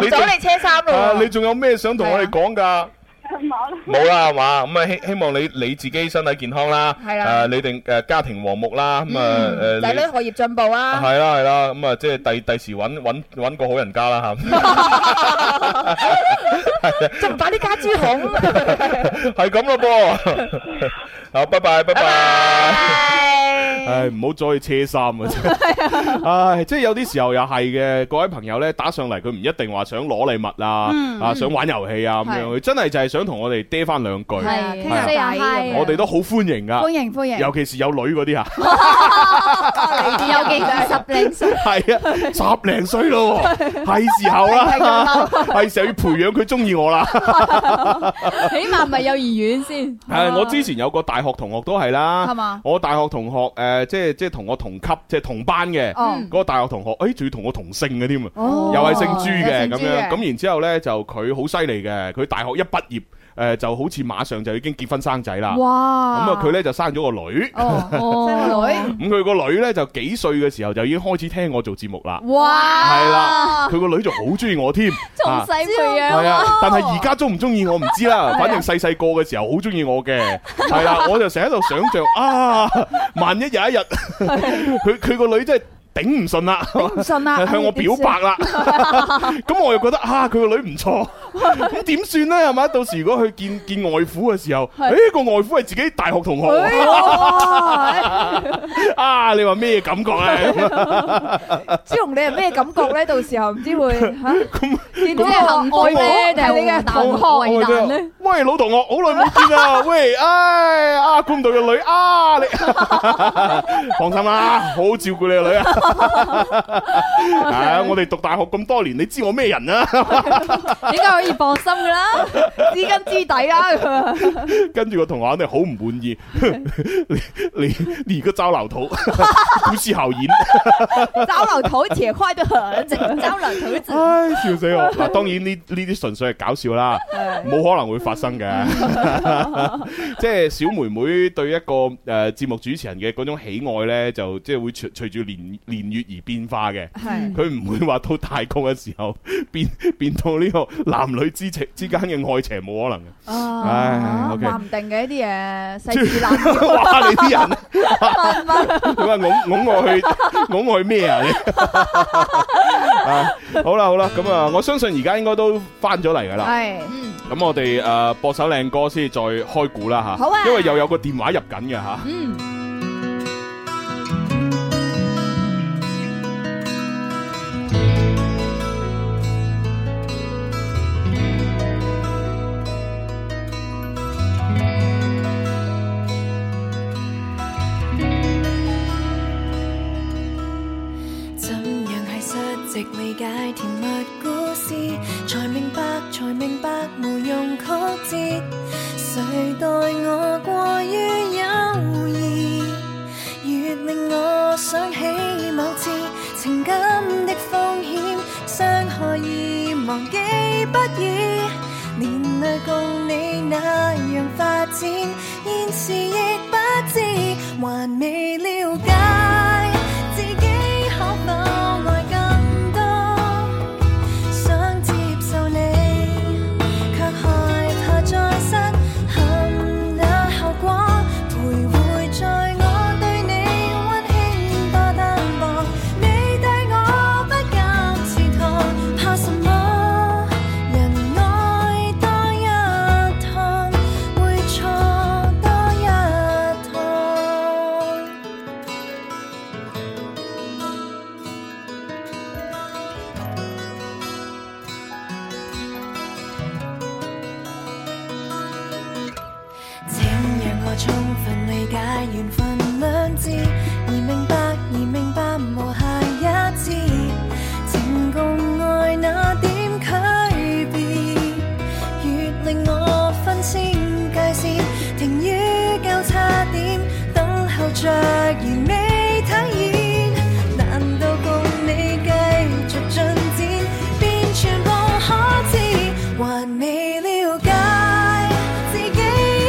S3: 你仲
S1: 走你車衫
S3: 啊，
S1: 咯
S3: 你，仲有咩想同我哋講㗎？
S8: 冇啦，
S3: 冇啦，係嘛？咁啊，希希望你你自己身體健康啦，
S1: 係啦
S3: 啊你哋诶家庭和睦啦，咁啊诶
S1: 仔女學業進步啊！
S3: 係啦係啦，咁啊即係第第時揾揾揾個好人家啦吓，
S1: 仲唔快啲加豬紅？
S3: 係咁咯噃，好，拜拜拜拜。唉，唔好再車衫啊！真係唉，即係有啲時候又係嘅，各位朋友咧打上嚟，佢唔一定話想攞禮物啊，啊想玩遊戲啊咁樣，
S5: 係
S3: 佢真係就係想同我哋嗲翻兩句，
S6: 係
S5: 係啊傾下
S6: say 下
S5: 偈
S6: hi 啊
S3: 我哋都好歡迎噶
S5: 歡，迎歡迎，
S3: 尤其是有女嗰啲啊，
S5: Ờ,
S6: 尤其二十零歲，
S3: 係啊，十零歲咯喎，係時候啦， 係時候要培養佢中意我啦。
S6: 起碼唔係幼兒園先。
S3: 係
S5: Ờ.
S3: 我之前有個大學同學都係
S5: 啊係
S3: 啦，
S5: 嘛？
S3: 我大學同學誒，即係即係同我同級，即係同班嘅，
S5: 哦
S3: 嗰個大學同學，誒仲要同我同姓嘅添啊！
S5: 哦
S3: 又係姓朱嘅
S5: 有
S3: 咁
S5: 姓朱
S3: 樣，
S5: 嘅
S3: 咁然之後呢，就佢好犀利嘅，佢大學一畢業，誒、就好似馬上就已經結婚生仔啦。咁
S5: 哇！
S3: 啊，佢呢就生咗個女，
S5: 哦，
S6: 哦，
S3: 咁佢個女呢，就幾歲嘅時候就已經開始聽我做節目啦。
S5: 哇！
S3: 係啦，佢個女仲好中意我添，
S6: 從
S3: 啊
S6: 細培
S3: 係
S6: 養。
S3: 啊，但係而家中唔中意我唔知
S5: 啊
S3: 啦，反正細細個嘅時候好中意我嘅，係 啦，我就成日喺度想像啊，萬一有一日佢佢個女真係頂唔順啦，
S5: 唔信啦，
S3: 向我表白啦， 咁我又覺得啊，佢個女唔 錯，咁點算呢？係咪？到時如果去見見外父嘅時候，
S5: 係
S3: 誒個外父係自己大學同學
S5: 哎
S3: 喎，
S5: 呀。
S3: 啊！你話咩感覺啊咧？
S5: 朱紅，你係咩感覺咧？到時候唔 知會嚇，見到
S6: 即係幸福
S5: 愛咧，
S6: 咧
S5: 定係你嘅
S6: 定係
S5: 同
S6: 好
S5: 學？
S6: 為
S3: 我
S6: 難
S3: 真係喂，老同學，好 耐冇見啦！喂， 唉啊，估唔到個女啊，你放心啦，好好照顧你個女啊！啊，我哋讀大學咁多年，你知我咩人啊？
S6: 應該可以放心 㗎啦，知根知底啦咁啊。
S3: 跟住個同學肯定好唔滿意， 你你你而家招流土， 不思效演。
S6: 招流头且快得很， 招流头子。
S3: 唉，笑死我！嗱，當然呢呢啲純粹係搞笑啦，冇可能會發生嘅。 即係小妹妹對一個誒節目主持人嘅嗰種喜愛呢，就即係會隨隨住年年月而變化嘅。
S5: 係
S3: 佢唔會話到大個嘅時候 變變到呢個男女之情之間嘅愛情冇可能嘅。唉
S5: 啊，
S3: ，OK
S5: 話唔定嘅呢啲嘢世 事難料
S3: 哇！你啲 人，
S5: 啊嘛，
S3: 你話拱拱我去 拱我去咩啊？你 啊，好啦好啦，咁啊，我相信而家應該都翻咗嚟噶啦。
S5: 係
S3: 咁我哋誒播首靚歌先，再開估啦嚇。
S5: 好啊
S3: 因為又有個電話入緊嘅嚇。
S6: 嗯，
S11: 怎樣係失職理解甜蜜故事，才明白才明白無用曲折，誰待我過於友誼，越令我想起某次情感的風險，傷害已忘記不已，連累共你那樣發展，現時亦不知，還未了解。自己可否愛更多？想接受你，卻害怕再失陷那後果。徘徊在我對你溫馨多單薄，你對我不敢試探，怕什麼？人愛多一趟，會錯多一趟。請讓我充分理解緣分兩字，而明白而明白無下一次，情共愛那點區別，越令我分清界線，停於交叉點，等候着而未體現，難道共你繼續進展，變全部可恥，還未了解自己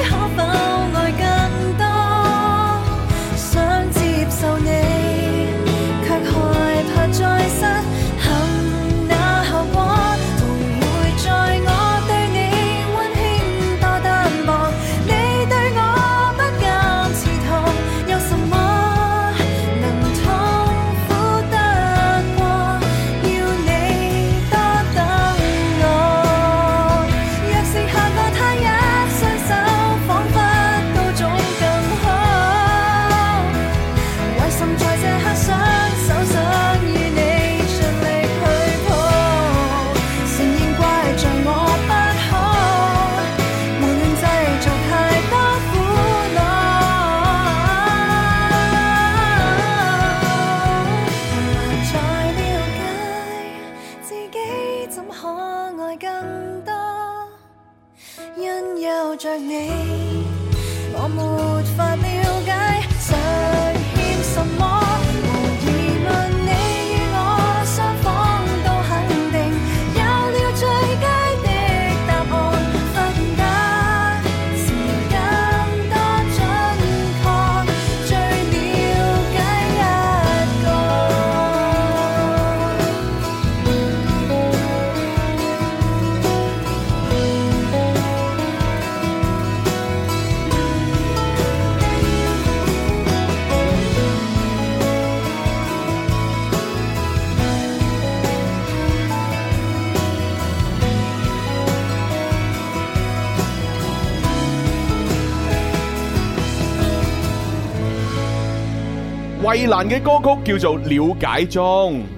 S11: 可否愛更多，想接受你，卻害怕再失陷那後果，徘徊在我對你溫馨多單薄，你對我不敢刺痛，有什麼能痛苦得過？要你多等我，若是下個他一雙手，彷彿高種更好。為甚在這刻想手想與你盡力去抱？承認怪在我不好，無論製造太多苦惱，才了解自己怎可愛更多，因有着你。我沒法了解尚欠什麼，無疑問你與我相仿都肯定，有了最佳的答案，發現得時間多準確，最了解一個。
S3: 衞蘭嘅歌曲叫做《了解中》，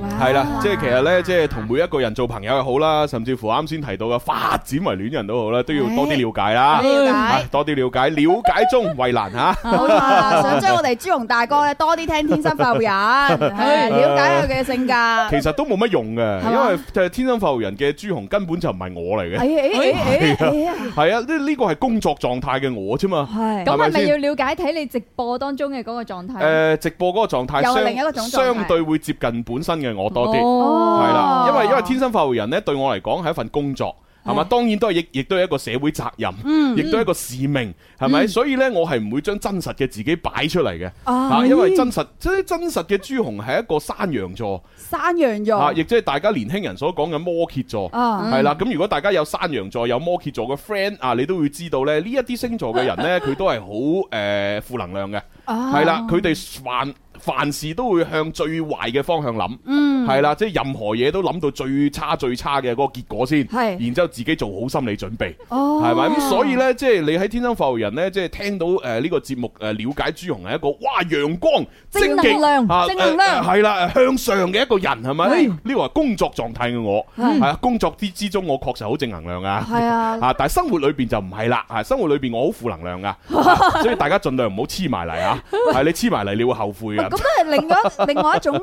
S5: 哇，
S3: 係啦，即係其實呢，即係同每一個人做朋友又好啦，甚至乎啱先提到嘅發展為戀人都好啦，都要多啲了解啦，
S5: 了解
S3: 係多啲了解，了解中為難吓。
S5: 冇錯啦，啊想將我哋朱紅大哥咧多啲聽《天生發育 人》，係了解佢嘅性格。
S3: 其實都冇乜用嘅，
S5: 啊係嘛哎
S3: 因為就係天生發育人嘅朱紅根本就唔係我嚟嘅，
S5: 係
S3: 係啊，呢呢個係工作狀態嘅我啫嘛。啊係咪
S5: 係
S6: 咁系咪
S3: 先
S6: 要了解睇你直播當中嘅嗰個狀態？
S3: 誒，呃直播嗰個狀態
S5: 又係
S3: 相
S5: 另一個種狀態
S3: 相對會接近本身嘅我多啲。
S6: 哦
S3: 係啦，因為因為天生發育人咧對我嚟講係一份工作。係
S5: 嗯
S3: 嘛？當然都係，亦亦都係一個社會責任，亦都係一個使命，係
S5: 嗯
S3: 咪？所以呢，我係唔會將真實嘅自己擺出嚟嘅，啊，因為真實即係真實嘅朱紅係一個山羊座，
S5: 山羊
S3: 啊，
S5: 座
S3: 亦即係大家年輕人所講嘅摩羯座，
S5: 啊，
S3: 係啦。咁如果大家有山羊座、有摩羯座嘅 friend 啊，你都會知道咧，呢一啲星座嘅人 呢，佢都係好誒負能量嘅。
S5: 係
S3: 係啦，佢哋凡凡事都會向最壞嘅方向諗，
S5: 嗯
S3: 係啦，即係任何嘢都諗到最差最差嘅嗰個結果先，
S5: 係
S3: 然之後自己做好心理準備，
S5: 哦
S3: 係咪？咁所以呢，即係你喺天生發育人呢，即係聽到誒呢個節目誒了解朱紅係一個哇陽光
S6: 正
S3: 極
S6: 能量
S3: 啊
S6: 正能量
S3: 誒誒係啦向上嘅一個人係咪？呢個係工作狀態嘅我
S6: 係
S3: 係啊，工作之之中我確實好正能量啊。
S5: 係啊，
S3: 啊！但係生活裏邊就唔係啦，啊！生活裏邊我好負能 量噶，啊所以大家盡量唔好黐埋嚟啊！係你黐埋嚟，你會後悔
S5: 咁
S3: 噶
S5: 都。係另一另外一種誒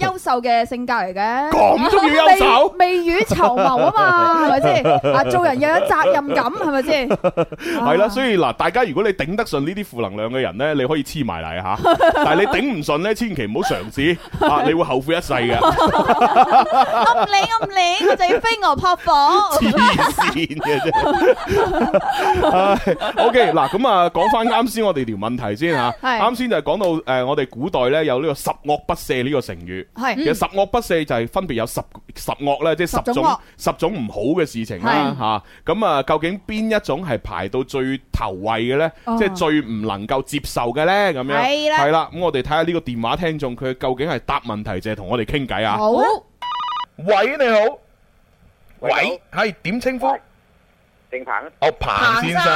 S5: 優秀嘅性格嚟嘅。
S3: 咁都要優秀？
S5: 未未雨綢繆啊嘛，係咪先？啊，做人又有責任感，係咪先？
S3: 係啦，所以嗱，大家如果你頂得順呢啲負能量嘅人呢，你可以黐埋嚟啊吓。但係你頂唔順呢，千祈唔好嘗試啊！你會後悔一世嘅，
S5: 我唔理，我唔理，佢就要飛蛾撲火。
S3: 黐線嘅啫。唉 OK，嗱咁啊，講翻啱先我哋條問題先吓。
S5: 係
S3: 啱先就係講到誒，我哋古代呢，有呢個十惡不赦呢個成語。其
S5: 係嗯
S3: 實十惡不赦就係分別有十十惡咧，即係十
S5: 十種
S3: 種
S5: 惡
S3: 十種唔好嘅事情
S5: 係
S3: 啦嚇。咁啊，究竟邊一種係排到最頭位嘅呢？
S5: 哦
S3: 即係最唔能夠接受嘅呢？咁樣
S5: 係啦
S3: 係啦。咁我哋睇下呢個電話聽眾佢究竟係答問題定係同我哋傾偈啊？
S5: 好，
S3: 喂，你好，
S4: 喂，
S3: 係點稱呼？
S4: 正鵬，
S3: 哦，彭先生，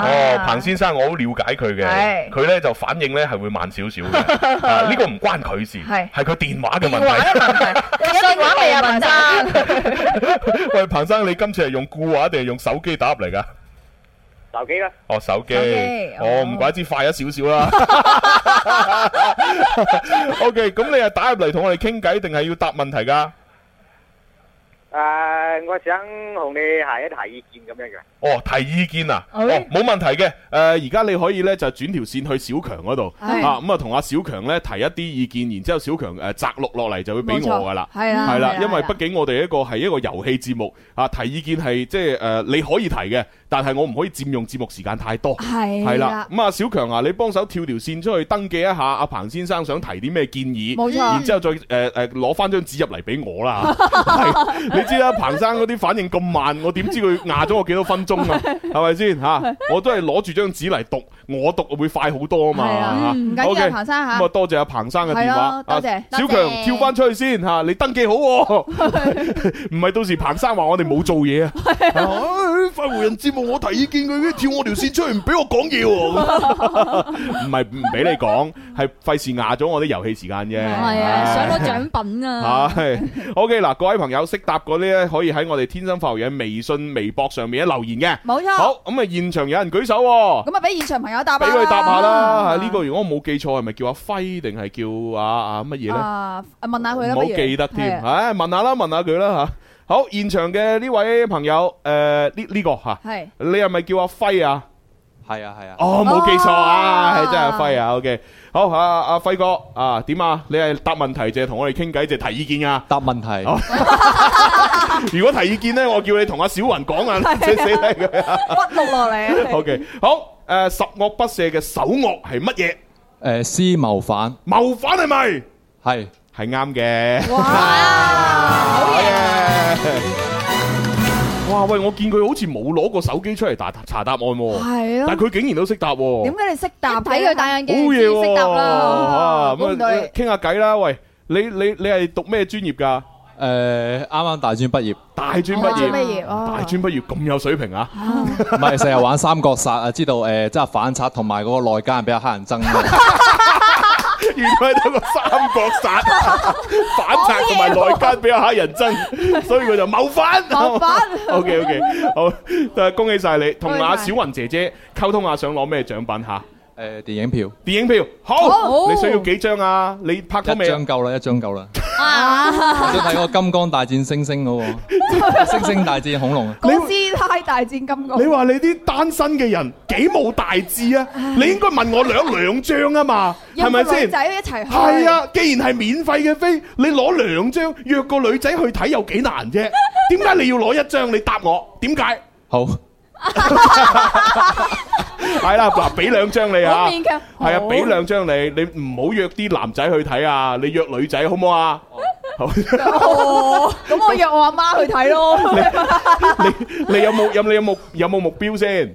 S3: 哦，彭先生，我好了解佢嘅，
S1: 係
S3: 佢呢就反應呢係會慢少少 嘅，啊呢個唔關佢事，
S1: 係
S3: 係佢電話嘅問題。
S1: 電話嘅問題，有信話未啊，文生？
S3: 喂，彭生，你今次係用固話定係用手機打入嚟㗎？
S4: 手機啦，
S3: 哦，手機
S1: 手機，
S3: 哦，
S1: 哦
S3: 唔怪之快咗少少 啦。OK，咁你係打入嚟同我哋傾偈，定係要答問題㗎？
S4: 誒，我想同你係一提意見咁樣嘅，
S3: 哦，提意見啊！
S1: 哎
S3: 哦，冇問題嘅。誒、而家你可以呢就轉條線去小強嗰度
S5: 係
S3: 啊，咁啊同阿小強呢提一啲意見，然之後小強誒摘錄落嚟就會俾
S5: 冇
S3: 我
S5: 錯
S3: 㗎啦。
S5: 係啦，
S3: 係啦，因為
S5: 係啊
S3: 畢竟我哋一個係一個遊戲節目啊，提意見係即係誒你可以提嘅，但係我唔可以佔用節目時間太多。
S5: 係
S3: 係啦
S5: 啦，，
S3: 咁啊，小強啊，你幫手跳條線出去登記一下阿彭先生想提啲咩建議，
S5: 冇錯
S3: 然之後再誒誒攞翻張紙入嚟俾我 啦。啊係 你知啦，彭生嗰啲反應咁慢，我點知佢壓咗我幾多分鐘 啊？係咪先嚇？我都係攞住張紙嚟讀，我讀會快好多啊嘛。
S5: 係啊
S3: 嚇
S5: 唔緊
S3: OK，
S5: 要，彭生
S3: 咁啊，
S5: 嚇，
S3: 多謝阿彭生嘅電話
S5: 係咯。多謝
S3: 啊
S5: 多
S3: 小強跳翻出去先嚇，你登記好 喎，唔係到時彭生話我哋冇做嘢啊。唉快活人節目我提意見佢，跳我條線出去唔俾我講嘢喎。唔係唔俾你講，係費事壓咗我啲遊戲時間啫。
S6: 係
S3: À.
S6: 啊，想攞獎品
S5: à.
S6: 啊！
S3: 係，OK 嗱，各位朋友識答嗰啲咧，可以喺我哋天生發育嘅微信、微博上面咧留言嘅。
S5: 冇錯。
S3: 好，咁啊現場有人舉手喎。
S5: 咁啊，俾現場朋友答下
S3: 俾
S5: 啦嗯
S3: 佢答下啦，啊呢個如果我冇記錯，係咪叫阿輝定係叫阿阿乜嘢咧？
S5: 啊，問下佢
S3: 唔好
S5: 啦，不如
S3: 記得添，
S5: 係啊
S3: 唉，問下啦，問下佢啦吓。好，現場嘅呢位朋友，誒呢呢個吓，
S5: 係
S3: 你係咪叫阿輝啊？
S4: 係啊係啊，
S3: 哦，冇記錯啊，
S5: 哦
S3: 係真係阿輝啊。OK，好阿阿輝哥啊，點啊？你係答問題淨係同我哋傾偈，淨係提意見啊？
S4: 答問題
S3: 好 如果提意見呢，我叫你同阿小雲 講啊，死死 低佢啊。
S5: 屈落落 嚟。啊
S3: OK，好誒，十惡不赦嘅首惡係乜嘢？
S4: 誒，私謀反
S3: 謀反係咪？
S4: 係
S3: 係啱嘅。
S5: 哇！好嘢，
S3: 哇！喂，我見佢好似冇攞個手機出嚟打查答案喎，
S5: 係
S3: 但係。
S5: 咯
S3: 佢竟然都識答喎
S5: 點，解你識答？
S6: 睇佢戴眼
S3: 好
S6: 鏡
S3: 嘢
S6: 先
S3: 喎！
S6: 識答啦。
S3: 啊
S5: 估唔
S3: 咁
S5: 到你
S3: 啊，傾下偈啦。喂，你你你係讀咩專業
S4: 誒，
S3: 㗎？
S4: 啱啱大專畢業，
S3: 大專畢
S5: 大
S3: 業，
S5: 專畢業
S3: 大
S5: 哦，
S3: 專畢業咁有水平 啊！
S4: 唔係成 日玩三國殺啊，知道誒，即係反賊同埋嗰個內奸比較乞人憎啊，
S3: 原來得個三角殺，反賊同埋內奸比較黑人憎，所以佢就謀反。
S5: 謀反
S3: OK OK，好，但係恭喜晒你，同阿小雲姐姐溝通下，想攞咩獎品吓？
S4: 誒電影票，
S3: 電影票好，你需要幾張啊？你拍拖
S4: 一
S3: 未啊？
S4: 張夠啦，一張夠啦。我想睇
S5: 啊！
S4: 嗰個《金剛大戰猩猩》嗰個，《猩猩大戰恐龍》啊。
S5: 哥斯拉大戰金剛，
S3: 你話你啲單身嘅人幾冇大志啊？你應該問我兩兩張啊嘛，係
S5: 有
S3: 咪
S5: 個女
S3: 先？
S5: 仔一齊去，
S3: 係啊，既然係免費嘅飛，你攞兩張約個女仔去睇有幾難 啫？點解你要攞一張？你答我點解？
S4: 好，
S3: 係啦，嗱，俾兩張你
S5: 好
S3: 啊，
S5: 勉強，
S3: 係啊
S5: 好，
S3: 俾兩張你，你唔好約啲男仔去睇啊，你約女仔好唔好啊？好，
S5: 哦，咁我約我阿媽去睇咯。
S3: 你你有冇有你有冇有冇目標先？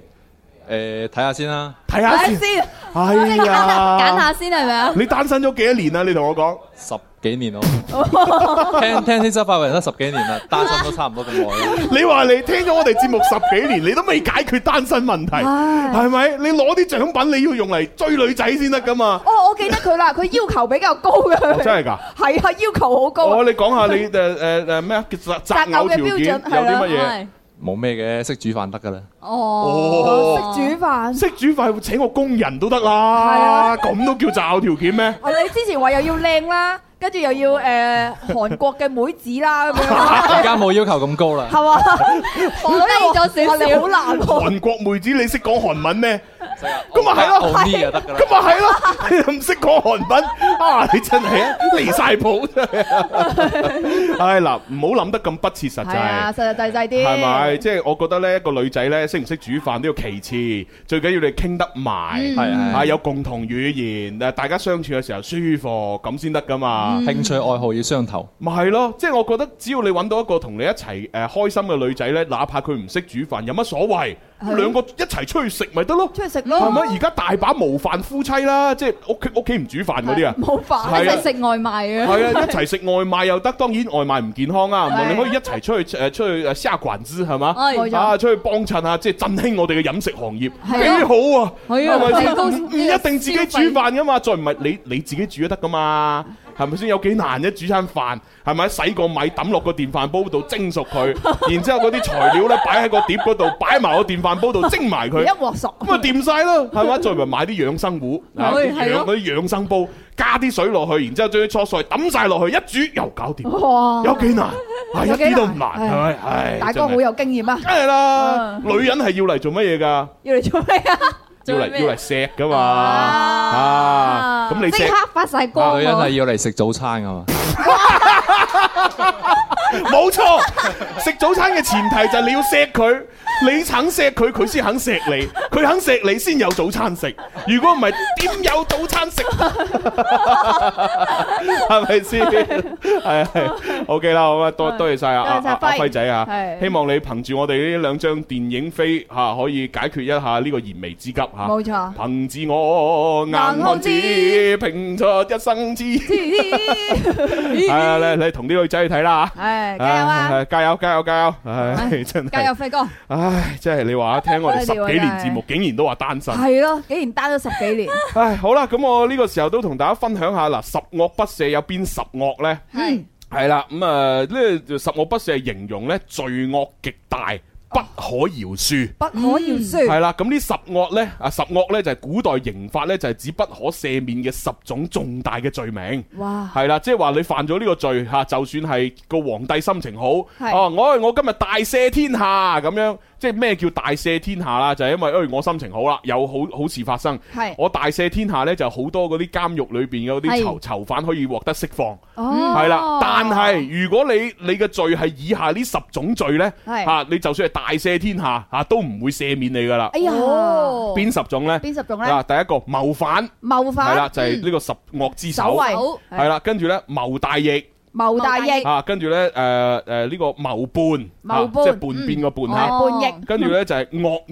S4: 誒睇下先啦，
S3: 睇
S5: 睇
S3: 下
S5: 下
S3: 先。
S5: 先，
S3: 哎呀，
S6: 揀下先係咪啊？
S3: 你單身咗幾多年啊？你同我講。
S4: 十幾年咯。
S5: 哦
S4: 聽聽《天生快活人》得十幾年啦，單身都差唔多咁耐啦。
S3: 你話你聽咗我哋節目十幾年，你都未解決單身問題，係咪？你攞啲獎品，你要用嚟追女仔先得噶嘛？
S5: 哦，我記得佢啦，佢要求比較高嘅，
S3: 哦真係㗎！
S5: 係啊，要求好高
S3: 我
S5: 啊。
S3: 你講下 你誒誒誒咩啊？擇擇偶條件有啲乜嘢？
S6: 係
S4: 冇咩嘅，識煮飯得㗎啦。
S6: 哦，
S5: 識煮飯，啊
S3: 識煮飯請個工人都得啦，咁都叫擇偶條件咩？
S5: 哦，你之前話又要靚啦，跟住又要誒韓國嘅妹子啦咁樣，
S4: 而 家冇要求咁高啦，
S5: 係嘛？啊
S6: 放低咗少
S5: 哇你
S6: 少
S5: 好。難喎。
S3: 韓國妹子你識講韓文咩？
S4: 咁
S3: 咁咪啊係咯
S4: 奧尼就得㗎啦。
S3: 咁啊咪係咯，你又唔識講韓文
S2: à,
S3: 啊！你真係啊，離晒譜真係啊！唉嗱，唔好諗得咁不切實
S5: 係啊，
S3: 際。
S5: 實實際際啲。
S3: 係咪？即係我覺得呢個女仔呢，識唔識煮飯都要其次，最緊要你傾得埋，
S5: 嗯
S4: 係係
S3: 啊有共同語言，誒大家相處嘅時候舒服，咁先得噶嘛。
S5: 嗯
S4: 興趣愛好要相投，
S3: 咪係咯，即係我覺得只要你揾到一個同你一齊誒呃開心嘅女仔呢，哪怕佢唔識煮飯，有乜所謂？兩個一齊出去食咪得咯。
S5: 出去食
S3: 係咪？
S5: 咯，
S3: 而家大把無飯夫妻啦，即係屋企屋企唔煮飯嗰啲啊。
S5: 冇飯。
S3: 係
S6: 一
S3: 啊
S6: 齊食外賣嘅，
S3: 係啊，一齊食外賣又得，當然外賣唔健康啊。唔係
S5: 係
S3: 你可以一齊出去誒出去誒下館子係嘛？
S6: 係
S3: 啊，出去幫襯下，即係振興我哋嘅飲食行業，
S6: 係啊
S3: 幾好啊！
S6: 係啊
S3: 咪先
S6: 提高
S3: 唔唔一定自己煮飯噶嘛，再唔係你你自己煮都得噶嘛，係咪先？有幾難啫？煮餐飯係咪？洗個米抌落個電飯煲度蒸熟佢，然之後嗰啲材料咧擺喺個碟嗰度，擺埋個電飯煲度蒸埋佢
S5: 一。鑊熟，
S3: 咁啊掂晒啦，係嘛？再咪買啲養生壺，啊
S6: 係係
S3: 養
S6: 咯
S3: 嗰啲養生煲，加啲水落去，然之後將啲蔬菜抌晒落去，一煮又搞掂，
S5: 哇！
S3: 有幾難？係一
S5: 有幾
S3: 啲都唔難，
S5: 難
S3: 係咪？唉，
S5: 大
S3: 真
S5: 哥
S3: 係
S5: 好有經驗啊，
S3: 梗係啦，
S5: 嗯
S3: 女人係要嚟做乜嘢㗎？
S5: 要嚟做咩啊？
S3: 要
S6: 做
S3: 嚟
S6: 咩
S3: 要嚟錫㗎嘛？啊，咁你
S6: 即
S3: 錫
S6: 刻發晒光
S4: 女人係
S6: 喎，
S4: 要嚟食早餐㗎嘛。
S3: 冇錯，食早餐嘅前提就係你要錫佢，你肯錫佢，佢先肯錫你，佢肯錫你先有早餐食。如果唔係，點有早餐食？ 係咪先？係係 OK 啦，好啊，多多謝晒啊啊
S5: 多謝晒
S3: 啊阿
S5: 輝
S3: 輝仔啊，
S5: 係
S3: 希望你憑住我哋呢兩張電影飛嚇，可以解決一下呢個燃眉之急嚇。
S5: 冇錯
S3: 憑自我硬漢子，拼出一生之。 係啊，你你同啲女仔去睇啦嚇。
S5: 唉，加油啊！
S3: 唉！加油加油加油！唉，真
S5: 加
S3: 係，
S5: 油，輝哥！
S3: 唉，真係你話聽我哋十幾年
S5: 真係
S3: 節目，竟然都話單身。
S5: 係咯，竟然單咗十幾年，
S3: 唉，好啦，咁我呢個時候都同大家分享下嗱，十惡不赦有邊十惡呢？
S5: 係
S3: 係啦，咁啊呢個十惡不赦係形容呢罪惡極大，不可饒恕。
S5: 不可饒恕。
S3: 係啦，咁呢十惡呢，啊十惡呢就係古代刑法呢，就係指不可赦免嘅十種重大嘅罪名。
S5: 哇！
S3: 係啦，即係話你犯咗呢個罪吓，就算係個皇帝心情好，
S5: 係
S3: 哦，我我今日大赦天下咁樣，即係咩叫大赦天下啦？就係因為哎誒我心情好啦，有好好事發生，
S5: 係
S3: 我大赦天下呢，就好多嗰啲監獄裏邊嗰啲囚囚犯可以獲得釋放，
S5: 哦
S3: 係啦。但係如果你你嘅罪係以下呢十種罪呢，
S5: 係
S3: 吓你就算係大赦天下吓都唔會赦免你噶啦。
S5: 哎呀，
S3: 邊十種呢？
S5: 邊十種
S3: 嗱，
S5: 咧？
S3: 第一個謀反
S5: 謀
S3: 係啦，
S5: 反、
S3: 就係呢個十惡之
S5: 守
S3: 首。
S5: 衛、
S3: 系啦，跟住咧謀大逆
S5: 謀大逆、
S3: 啊，跟住咧誒誒呢個謀叛，
S5: 謀叛
S3: 啊即係叛變個叛
S5: 哦
S3: 嚇。
S5: 叛逆、
S3: 跟住咧就係惡
S5: 惡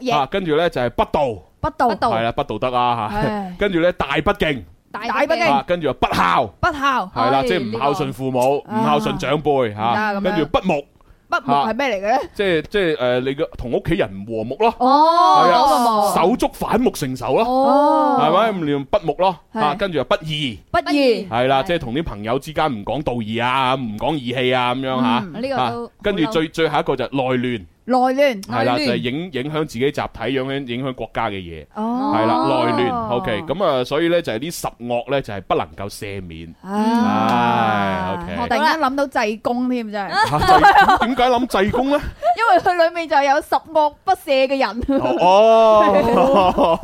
S3: 逆啊，
S5: 逆、
S3: 跟住咧就係不道，
S5: 不道、
S3: 係啦，不道德啊嚇
S5: 唉。
S3: 跟住咧大不敬
S5: 大不
S3: 啊
S5: 敬、，
S3: 跟住又不孝，
S5: 不孝。哎
S3: 係啦，
S6: 唉
S3: 即係唔孝順父母，唔
S5: 呢個
S3: 孝順長輩
S5: 啊
S3: 嚇。
S5: 咁樣
S3: 跟住不睦
S5: 北木係咩嚟嘅咧？
S3: 即係即係誒，你嘅同屋企人唔和睦咯。
S5: 哦
S3: 係啊
S5: 咁啊冇
S3: 手足反目成仇咯。
S5: 哦
S3: 係咪咁你用不睦咯？
S5: 係
S3: 啊，跟住又不義。
S5: 不義
S3: 係啦，即係同啲朋友之間唔講道義啊，唔講義氣啊，咁樣嚇。
S5: 嗯呢個
S3: 啊
S5: 都
S3: 跟住
S5: 好嬲
S3: 最最後一個就係內亂。
S5: 內亂，
S3: 係啦，就
S5: 內亂
S3: 係影影響自己集體，影響影響國家嘅嘢，
S5: 哦
S3: 係啦，內亂。OK，咁啊，所以咧就係呢十惡咧就係不能夠赦免。
S5: 啊
S3: 唉
S5: 我
S3: ，OK，
S5: 突然間諗到濟公添，真係，
S3: 嚇濟點解諗濟公咧？
S5: 因為佢裏面就有十惡不赦嘅人。
S3: 哦，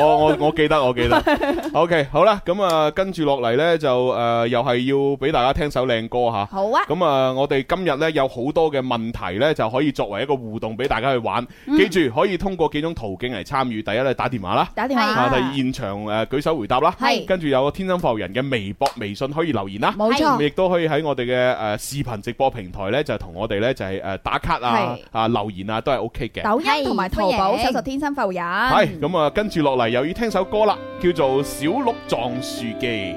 S3: 我我我記得，我記得。OK，好啦，咁啊，跟住落嚟呢，就誒、呃又係要俾大家聽首靚歌嚇。
S5: 好啊
S3: 咁啊，我哋今日呢，有好多嘅問題呢，就可以作為一個互動俾大家去玩。
S5: 嗯
S3: 記住可以通過幾種途徑嚟參與。第一咧打電話啦，
S5: 打電話
S3: 啊，第二現場誒舉手回答啦。
S5: 係
S3: 跟住有天生浮人嘅微博、微信可以留言啦。
S5: 冇錯
S3: 咁亦都可以喺我哋嘅誒視頻直播平台呢，就同我哋呢，就係誒打卡啊
S5: 係、
S3: 啊留言啊都係 OK 嘅。
S5: 抖音同埋淘寶嗯
S6: 歡迎
S5: 搜索天生浮人，
S3: 系咁啊，跟住落嚟又要聽首歌啦，叫做《小鹿撞樹記》。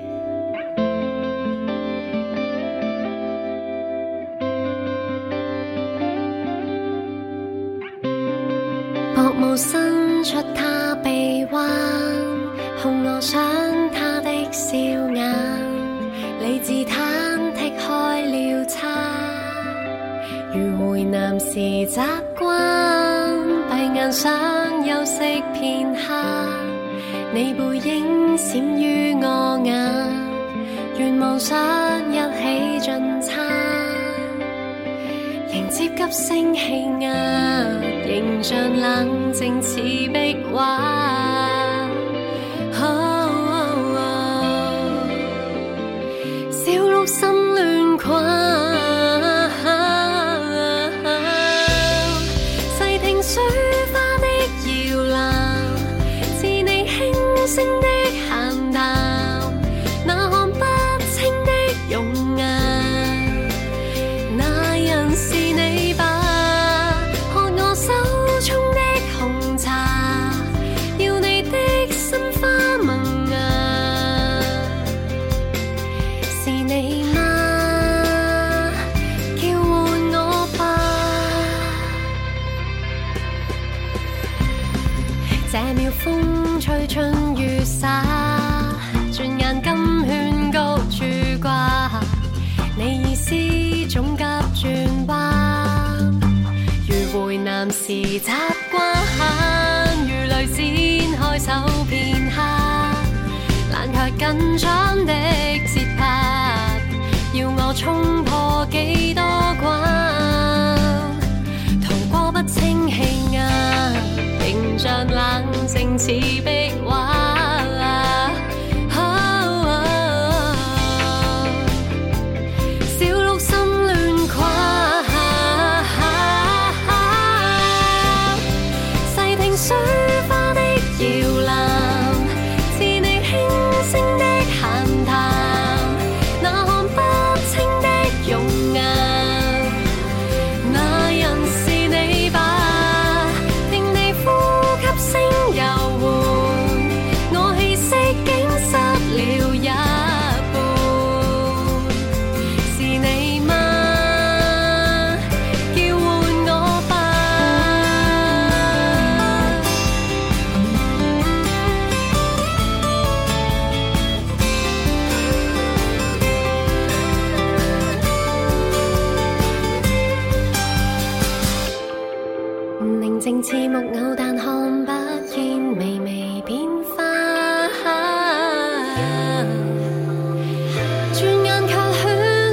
S12: 薄霧伸出他臂彎，控我想他的笑眼。理智忐忑開了差，如回南時習慣，閉眼想休息片刻。你背影閃於我眼，願望想一起進餐。迎接急升氣壓，形象冷靜似壁畫。哦小鹿心亂逛，細聽水花的搖籃，是你輕聲的閒談，那看不清的容顏。那人是你吧？看我手中的紅茶，要你的心花萌芽，是你嗎？叫喚我吧。這秒風吹春雨灑，轉眼金圈高處掛。你意思總急轉彎，如回南時習慣，如雷展開手片刻，冷卻緊張的節拍，要我衝破幾多關？逃過不清氣壓，形象冷靜似壁啊畫。小鹿心亂跨，細聽水花的搖籃，是你輕聲的閒談，那看不清的容顏。那人是你吧？聽你呼吸聲悠緩，我氣息竟失了一半。是你嗎？叫喚我吧。寧靜似木偶，但看不見微微變化。轉眼卻喧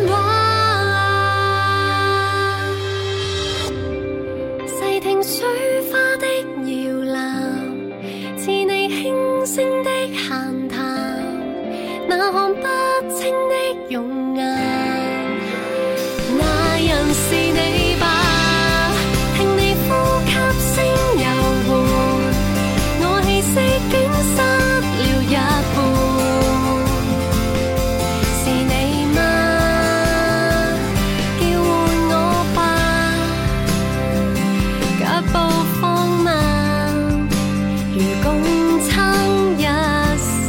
S12: 嘩，細聽水花的搖籃，似你輕聲的閒談，那看不清的容顏。那人是你吧？聽你呼吸聲悠緩，我氣息竟失了一半。是你嗎？叫喚我吧，腳步放慢，如共撐一剎。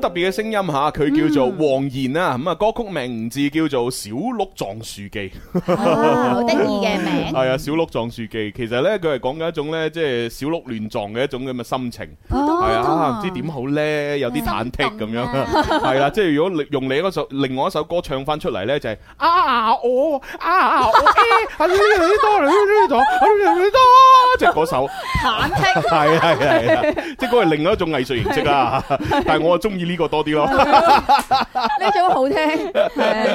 S3: 特別嘅聲音吓，佢叫做
S5: 嗯
S3: 黃妍啊，咁啊歌曲名字叫做《小鹿撞樹記》。
S5: 好得意嘅名。
S3: 係啊，小鹿撞樹記，其實咧佢係講緊一種咧，即係小鹿亂撞嘅一種咁嘅心情，
S5: 哦
S3: 係啊，唔知點好咧，有啲忐忑咁樣，
S6: 啊
S3: 係啦，即係如果用你嗰首另外一首歌唱翻出嚟咧，就係啊我啊我啊呢呢多呢呢多呢呢多，即係嗰首。
S5: 忐
S3: 係
S5: 忑。
S3: 係係係啊，即係嗰係另外一種藝術形式啊，但係我啊中意呢個多啲咯。
S5: 呢種好聽，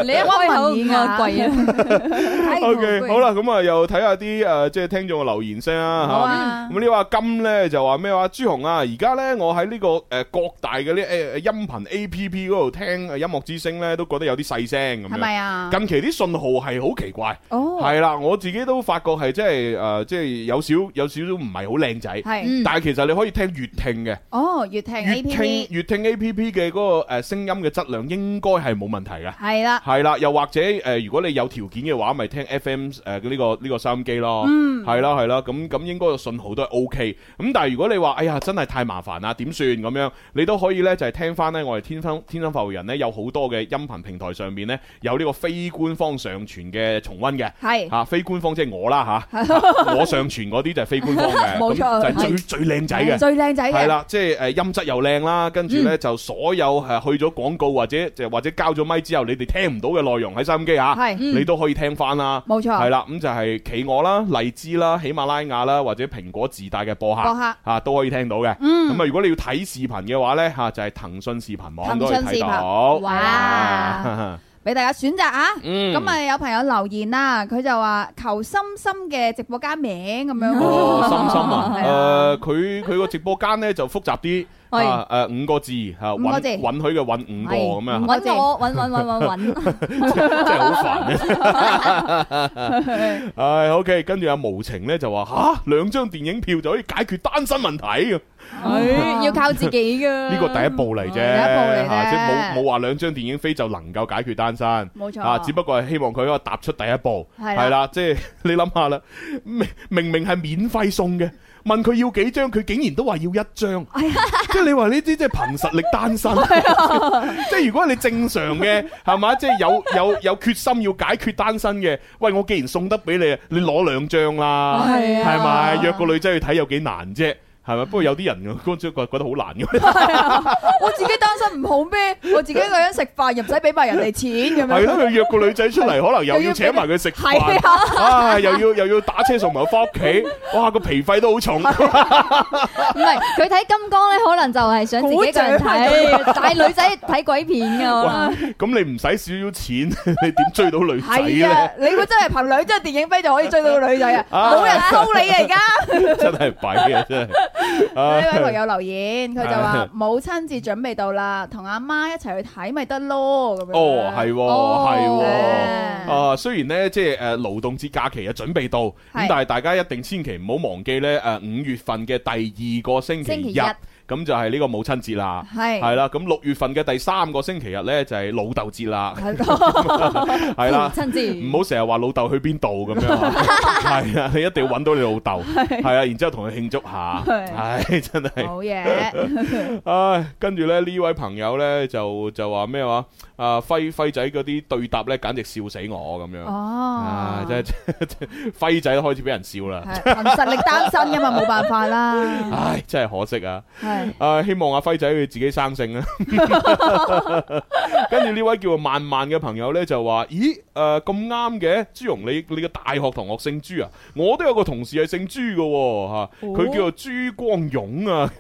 S6: 你 一開口我跪啊
S3: O K，好啦，咁啊又睇下啲誒即係聽眾嘅留言先
S6: 好
S3: 啊
S6: 啊
S3: 嚇。咁呢話金咧就話咩話？朱紅啊，而家咧我喺呢個誒各大嘅呢誒誒音頻 A P P 嗰度聽誒音樂之聲咧，都覺得有啲細聲咁樣。
S5: 係咪啊
S3: 近期啲信號係好奇怪。
S5: 哦
S3: 係啦，我自己都發覺係即係誒，即係有少有少少唔係好靚仔。
S5: 係嗯
S3: 但係其實你可以聽粵聽嘅。
S5: 哦，粵聽
S3: 粵
S5: A P
S3: 聽
S5: P
S3: 粵聽 A P P 嘅嗰個誒聲音嘅質量應該係冇問題嘅。
S5: 係啦，
S3: 係啦，又或者誒、呃如果你有條件嘅話，咪聽 FM 誒、呢、個呢、個收音機咯。
S5: 嗯
S3: 係啦係啦，咁咁應該個信號都係 OK。咁但係如果你話，哎呀，真係太麻煩啦，點算咁樣？你都可以呢，就係、聽翻呢，我哋天生天生浮人呢，有好多嘅音頻平台上面呢，有呢個非官方上傳嘅重温嘅。
S5: 係
S3: 嚇、非官方即係我啦嚇，啊 我上傳嗰啲就係非官方嘅，
S5: 冇
S3: 咁
S5: 錯
S3: 就係
S5: 係
S3: 最最靚仔嘅，
S5: 最靚仔嘅嗯
S3: 係啦。即係誒音質又靚啦，跟住呢，就所有誒去咗廣告或者就或者交咗咪之後，你哋聽唔到嘅內容喺收音機啊
S5: 係，嗯
S3: 你都可以聽翻啦。
S5: 冇錯
S3: 係啦，咁就係企鵝啦、荔枝啦、喜馬拉雅啦，或者蘋果自帶嘅播客
S5: 播客
S3: 啊都可以聽到嘅。
S5: 嗯
S3: 咁啊，如果你要睇視頻嘅話呢，嚇就係騰訊視頻網都可以
S5: 騰訊
S3: 睇
S5: 視頻
S3: 到。
S5: 哇
S3: 啊
S5: 俾大家選擇啊！
S3: 嗯
S5: 咁啊有朋友留言啦，佢就話求心心嘅直播間名咁 樣。
S3: 哦，心心啊， 誒
S5: 係
S3: 佢佢個直播間呢就複雜啲，
S5: 係
S3: 啊誒五個字嚇，
S5: 哎五個字
S3: 允允許嘅允五個咁樣。
S6: 揾我揾揾揾揾揾，
S3: 真係好煩。唉，OK，跟住阿無情咧就話吓兩張電影票就可以解決單身問題。
S5: 哎
S6: 唉要靠自己噶。
S3: 呢個第一步嚟啫，
S6: 嗯第一步嚟啫
S3: 嚇即係冇冇話兩張電影飛就能夠解決單身，
S6: 冇錯
S3: 啊，只不過係希望佢可以踏出第一步，
S6: 係啦啊
S3: 係啦，即係 你諗下啦，明明明係免費送嘅，問佢要幾張，佢竟然都話要一張，
S6: 啊
S3: 即係你話呢啲即係憑實力 單身，
S6: 啊
S3: 即係如果你正常嘅係嘛，即係有有有決心要解決單身嘅，喂，我既然送得俾你，你攞兩張啦，
S6: 係啊
S3: 係咪約個女仔去睇有幾難啫？係咪？不過有啲人嗰張覺覺得好難嘅。
S5: 我自己單身唔好咩？我自己一個人食飯又唔使俾埋人哋錢咁樣。
S3: 係咯，佢約個女仔出嚟，可能又要請埋佢食
S5: 係
S3: 飯，啊，又要又要打車送埋佢翻屋 企，哇，個皮費都好重，
S5: 啊
S6: 唔係佢睇金剛咧，可能就係想自己一個人
S5: 好
S6: 睇，但係女仔睇鬼片噶，我諗
S3: 咁你唔使少少錢， 你點追到女仔
S5: 係啊
S3: 咧？，
S5: 你估真係憑兩張電影飛就可以追到個女仔啊？
S3: 啊
S5: 冇人騷你啊而家。
S3: 真 係弊啊，真係。
S5: 呢位朋
S3: 啊
S5: 友留言，佢就話母親節準備到啦，同阿媽一齊去睇咪得咯咁樣。
S3: 哦，係 喎，係喎，
S5: 誒
S3: 啊，雖然咧，即係誒勞動節假期啊，準備到，咁但係大家一定千祈唔好忘記咧，誒五月份嘅第二個星期
S6: 星期
S3: 日
S6: 日，
S3: 咁就係呢個母親節啦，
S5: 係
S3: 係啦，咁六月份嘅第三個星期日咧就係老豆節啦，
S5: 係咯
S3: 係 啦，
S6: 父親節
S3: 唔好成日話老豆去邊度咁樣，係啊，你一定要揾到你老豆，
S5: 係
S3: 係啊，然之後同佢慶祝下，
S5: 係
S3: 唉，真係
S5: 好 嘢。
S3: 唉，跟住咧呢位朋友咧就就話咩話？啊輝輝仔嗰啲對答咧，簡直笑死我咁樣。
S5: 哦
S3: 啊，真係真係輝仔都開始俾人笑啦。
S5: 係憑實力單身噶嘛，冇辦法啦。
S3: 唉，真係可惜啊！
S5: 係
S3: 啊，希望阿輝仔佢自己生性啊。 跟住呢位叫做萬萬嘅朋友呢，就話：咦，誒咁啱嘅，朱容你你嘅大學同學姓朱啊？我都有個同事係姓朱嘅喎，嚇佢叫做朱光勇啊。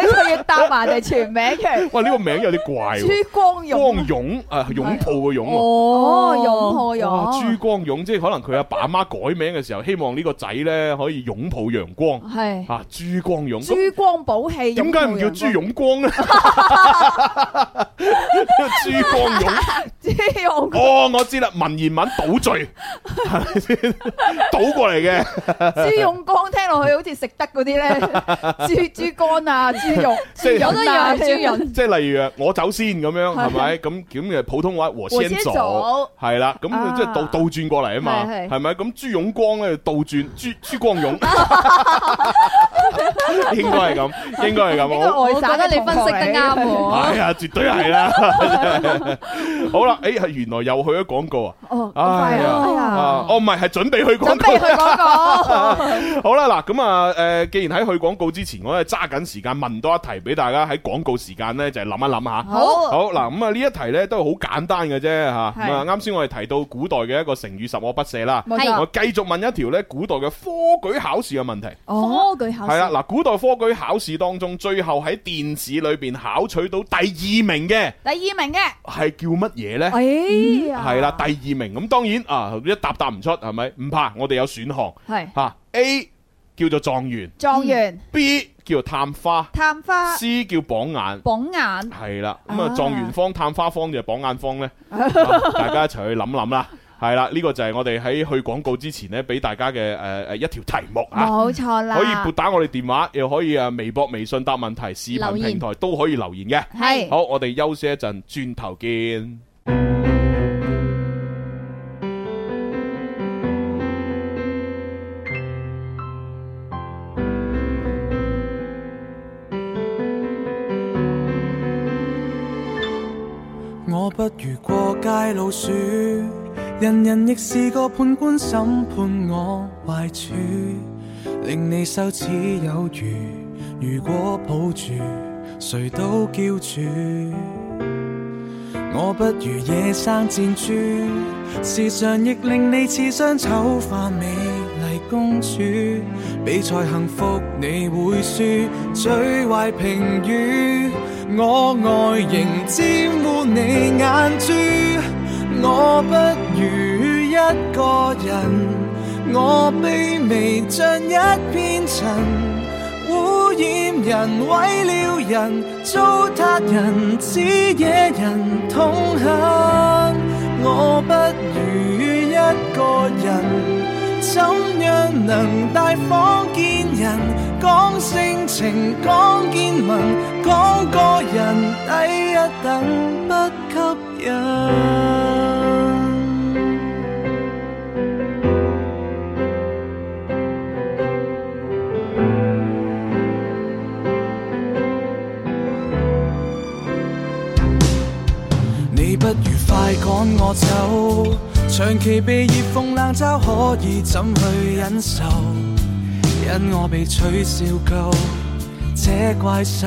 S5: 你仲要搭埋人哋全名嘅
S3: 哇，呢個名有啲怪
S5: 朱
S3: 喎。
S5: 光勇
S3: 光。勇啊，擁抱嘅擁啊。
S5: 哦，擁抱
S3: 哇！朱
S5: 勇，
S3: 光勇即係可能佢阿爸阿媽改名嘅時候，希望呢個仔呢可以擁抱陽光。
S5: 係
S3: 啊，朱光勇，
S5: 朱光寶氣。
S3: 點解唔叫朱
S5: 勇
S3: 勇光呢？朱光勇哦，我知啦，文言文倒序，係咪先倒過嚟嘅。
S5: 豬勇光聽落去好似食得嗰啲咧， 豬豬肝啊、豬肉，
S3: 即係
S5: 我都以為係豬潤。
S3: 即係例如啊我走先咁樣，係咪？
S5: 係
S3: 咁咁嘅普通話和
S5: 和
S3: 先
S5: 先
S3: 走
S5: 走，
S3: 係啦。咁
S5: 啊
S3: 即係倒倒轉過嚟啊嘛，
S5: 係係
S3: 係咪？咁朱勇光咧倒轉，朱朱光 勇，應該係咁，應該係咁。我
S10: 我覺得你分析得啱
S3: 係
S10: 喎。
S3: 啊，絕對係啦。 好啦，誒，原來又去咗廣告啊！
S5: 哦，
S3: 哎呀，
S5: 哎呀
S3: 啊哦，唔係，係準備去廣告。
S5: 準備去廣告
S3: 好啦，嗱，咁啊，誒，既然喺去廣告之前，我咧揸緊時間問多一題俾大家喺廣告時間咧，就係諗一諗下。
S4: 好
S3: 好嗱，咁啊呢一題咧都係好簡單嘅啫嚇。
S4: 係
S3: 咁啊，啱先我哋提到古代嘅一個成語十惡不赦啦。
S5: 冇錯
S3: 我繼續問一條咧古代嘅科舉考試嘅問題。
S5: 哦，舉考
S3: 係啦，嗱，古代科舉考試當中，最後喺殿試裏邊考取到第二名嘅。
S5: 第二名嘅，
S3: 係叫乜嘢呢？嗯
S5: 哎呀
S3: 係啦，第二名咁當然啊，一答答唔出係咪？唔怕，我哋有選項
S5: 係
S3: 嚇 A 叫做狀元
S5: 狀元
S3: ，B 叫做探花
S5: 探花、
S3: ，C 叫榜眼。
S5: 榜眼。
S3: 係啦，咁啊
S5: 啊
S3: 狀元坊、探花坊就係榜眼坊 呢，啊大家一齊去諗諗啦。係啦，呢個就係我哋喺去廣告之前呢，俾大家嘅誒誒一條題目啊。
S5: 冇錯啦
S3: 可以撥打我哋電話，又可以啊微博、微信答問題，視頻
S5: 留
S3: 平
S5: 言
S3: 台都可以留言嘅。
S5: 係
S3: 好，我哋休息一陣，轉頭見。
S1: 我不如過街老鼠，人人亦是個判官審判我壞處，令你羞恥有餘。如果抱住，誰都叫主。我不如野生箭豬，時常亦令你刺傷醜化美麗公主。比賽幸福你會輸，最壞評語，我外形沾污你眼珠。我不如一個人，我卑微像一片塵。污染人、毀了人、糟蹋人，只惹人痛恨。我不如一個人，怎樣能大方見人？講性情，講見聞，講個人低一等，不吸引。你不如快趕我走，長期被熱諷冷嘲，可以怎去忍受？因我被取笑夠，這怪獸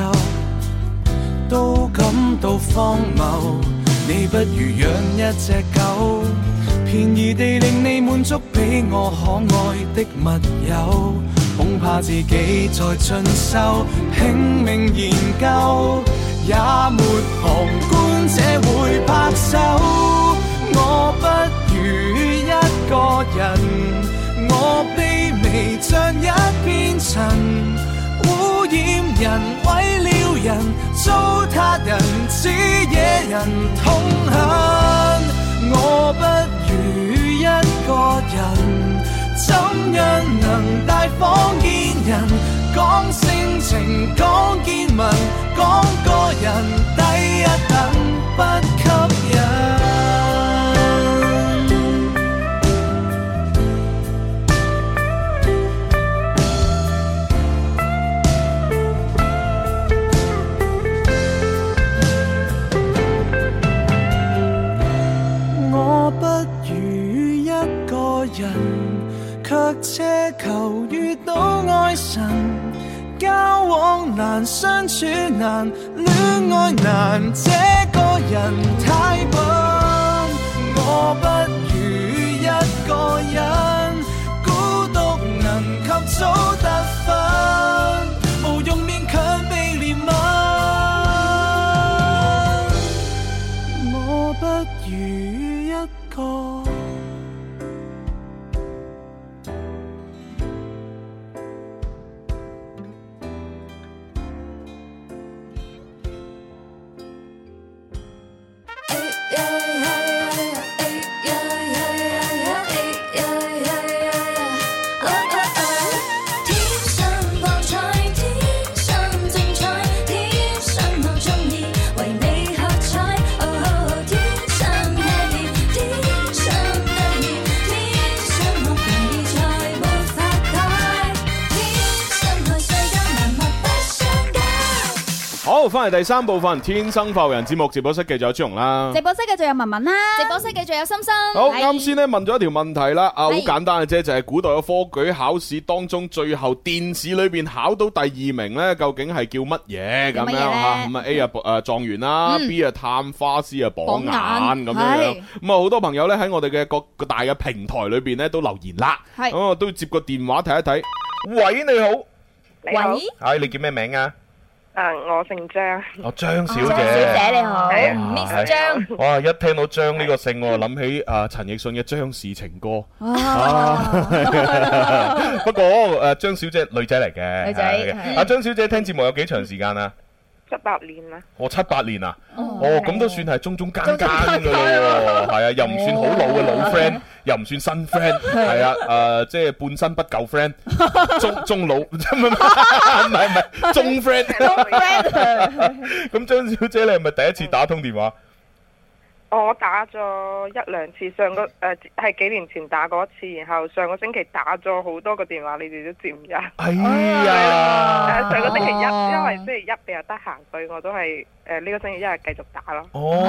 S1: 都感到荒謬。你不如養一隻狗，便宜地令你滿足，比我可愛的密友。恐怕自己在進修，拼命研究，也沒旁觀者會拍手。我不如一個人，我卑微像一片塵。污染人、毀了人、糟蹋人，只惹人痛恨。我不如一個人，怎樣能大方見人？講性情，講見聞，講個人低一等，不吸引。我不如一個人，卻奢求遇到愛神。交往難，相處難，戀愛難，這個人太笨。我不如一個人，孤獨能及早得分，無用勉強被憐憫。我不如一個
S11: 耶耶
S3: 好，翻嚟第三部分《天生浮人》節目直播室，繼續有朱容啦。
S5: 直播室嘅仲有文文啦，
S13: 直播室嘅仲有心心。
S3: 好，啱先咧問咗一條問題啦，啊，好
S13: 係
S3: 簡單嘅啫，就係古代嘅科舉考試當中，最後殿試裏邊考到第二名咧，究竟係叫乜嘢
S10: 叫
S3: 咁樣
S10: 乜嘢咧
S3: 吓？咁啊 A 啊誒狀元啦
S10: 嗯
S3: ，B 啊探花師啊榜眼
S10: 榜眼
S3: 咁樣
S10: 係
S3: 樣。咁啊，好多朋友咧喺我哋嘅各個大嘅平台裏邊咧都留言啦，
S10: 係
S3: 咁啊都接個電話睇一睇。喂，你好，
S10: 喂，
S3: 唉，你叫咩名啊？
S10: 誒，我姓張，
S3: 哦，張小哎
S10: 張小姐你好，Miss
S3: À,
S10: 嗯張，
S3: 哇！一聽到張呢個姓，我就諗起啊陳奕迅嘅《張氏情歌》。
S10: 啊，
S3: 不過誒張小姐女仔嚟嘅，
S10: 女仔
S3: 係嘅
S10: 係
S3: 啊張小姐聽節目有幾長時間啊？
S10: 七八年啦，
S3: 我七八年啊，
S10: 哦
S3: 哦咁都算係中中間間嘅
S10: 中中間間哦
S3: 咯喎， 係啊，又唔算好老嘅老 friend，又唔算新 friend，係啊，誒即係半新不舊 friend，中中老 唔係唔係唔係唔係中 friend，咁張小姐你係咪第一次打通電話？
S10: 哦我打咗一兩次，上個誒係幾年前打過一次，然後上個星期打咗好多個電話，你哋都接唔入。
S3: 哎呀，
S10: 誒上個星期一，因為星期一比較得閒，所以我都係誒呢個星期一係繼續打咯。
S3: 哦，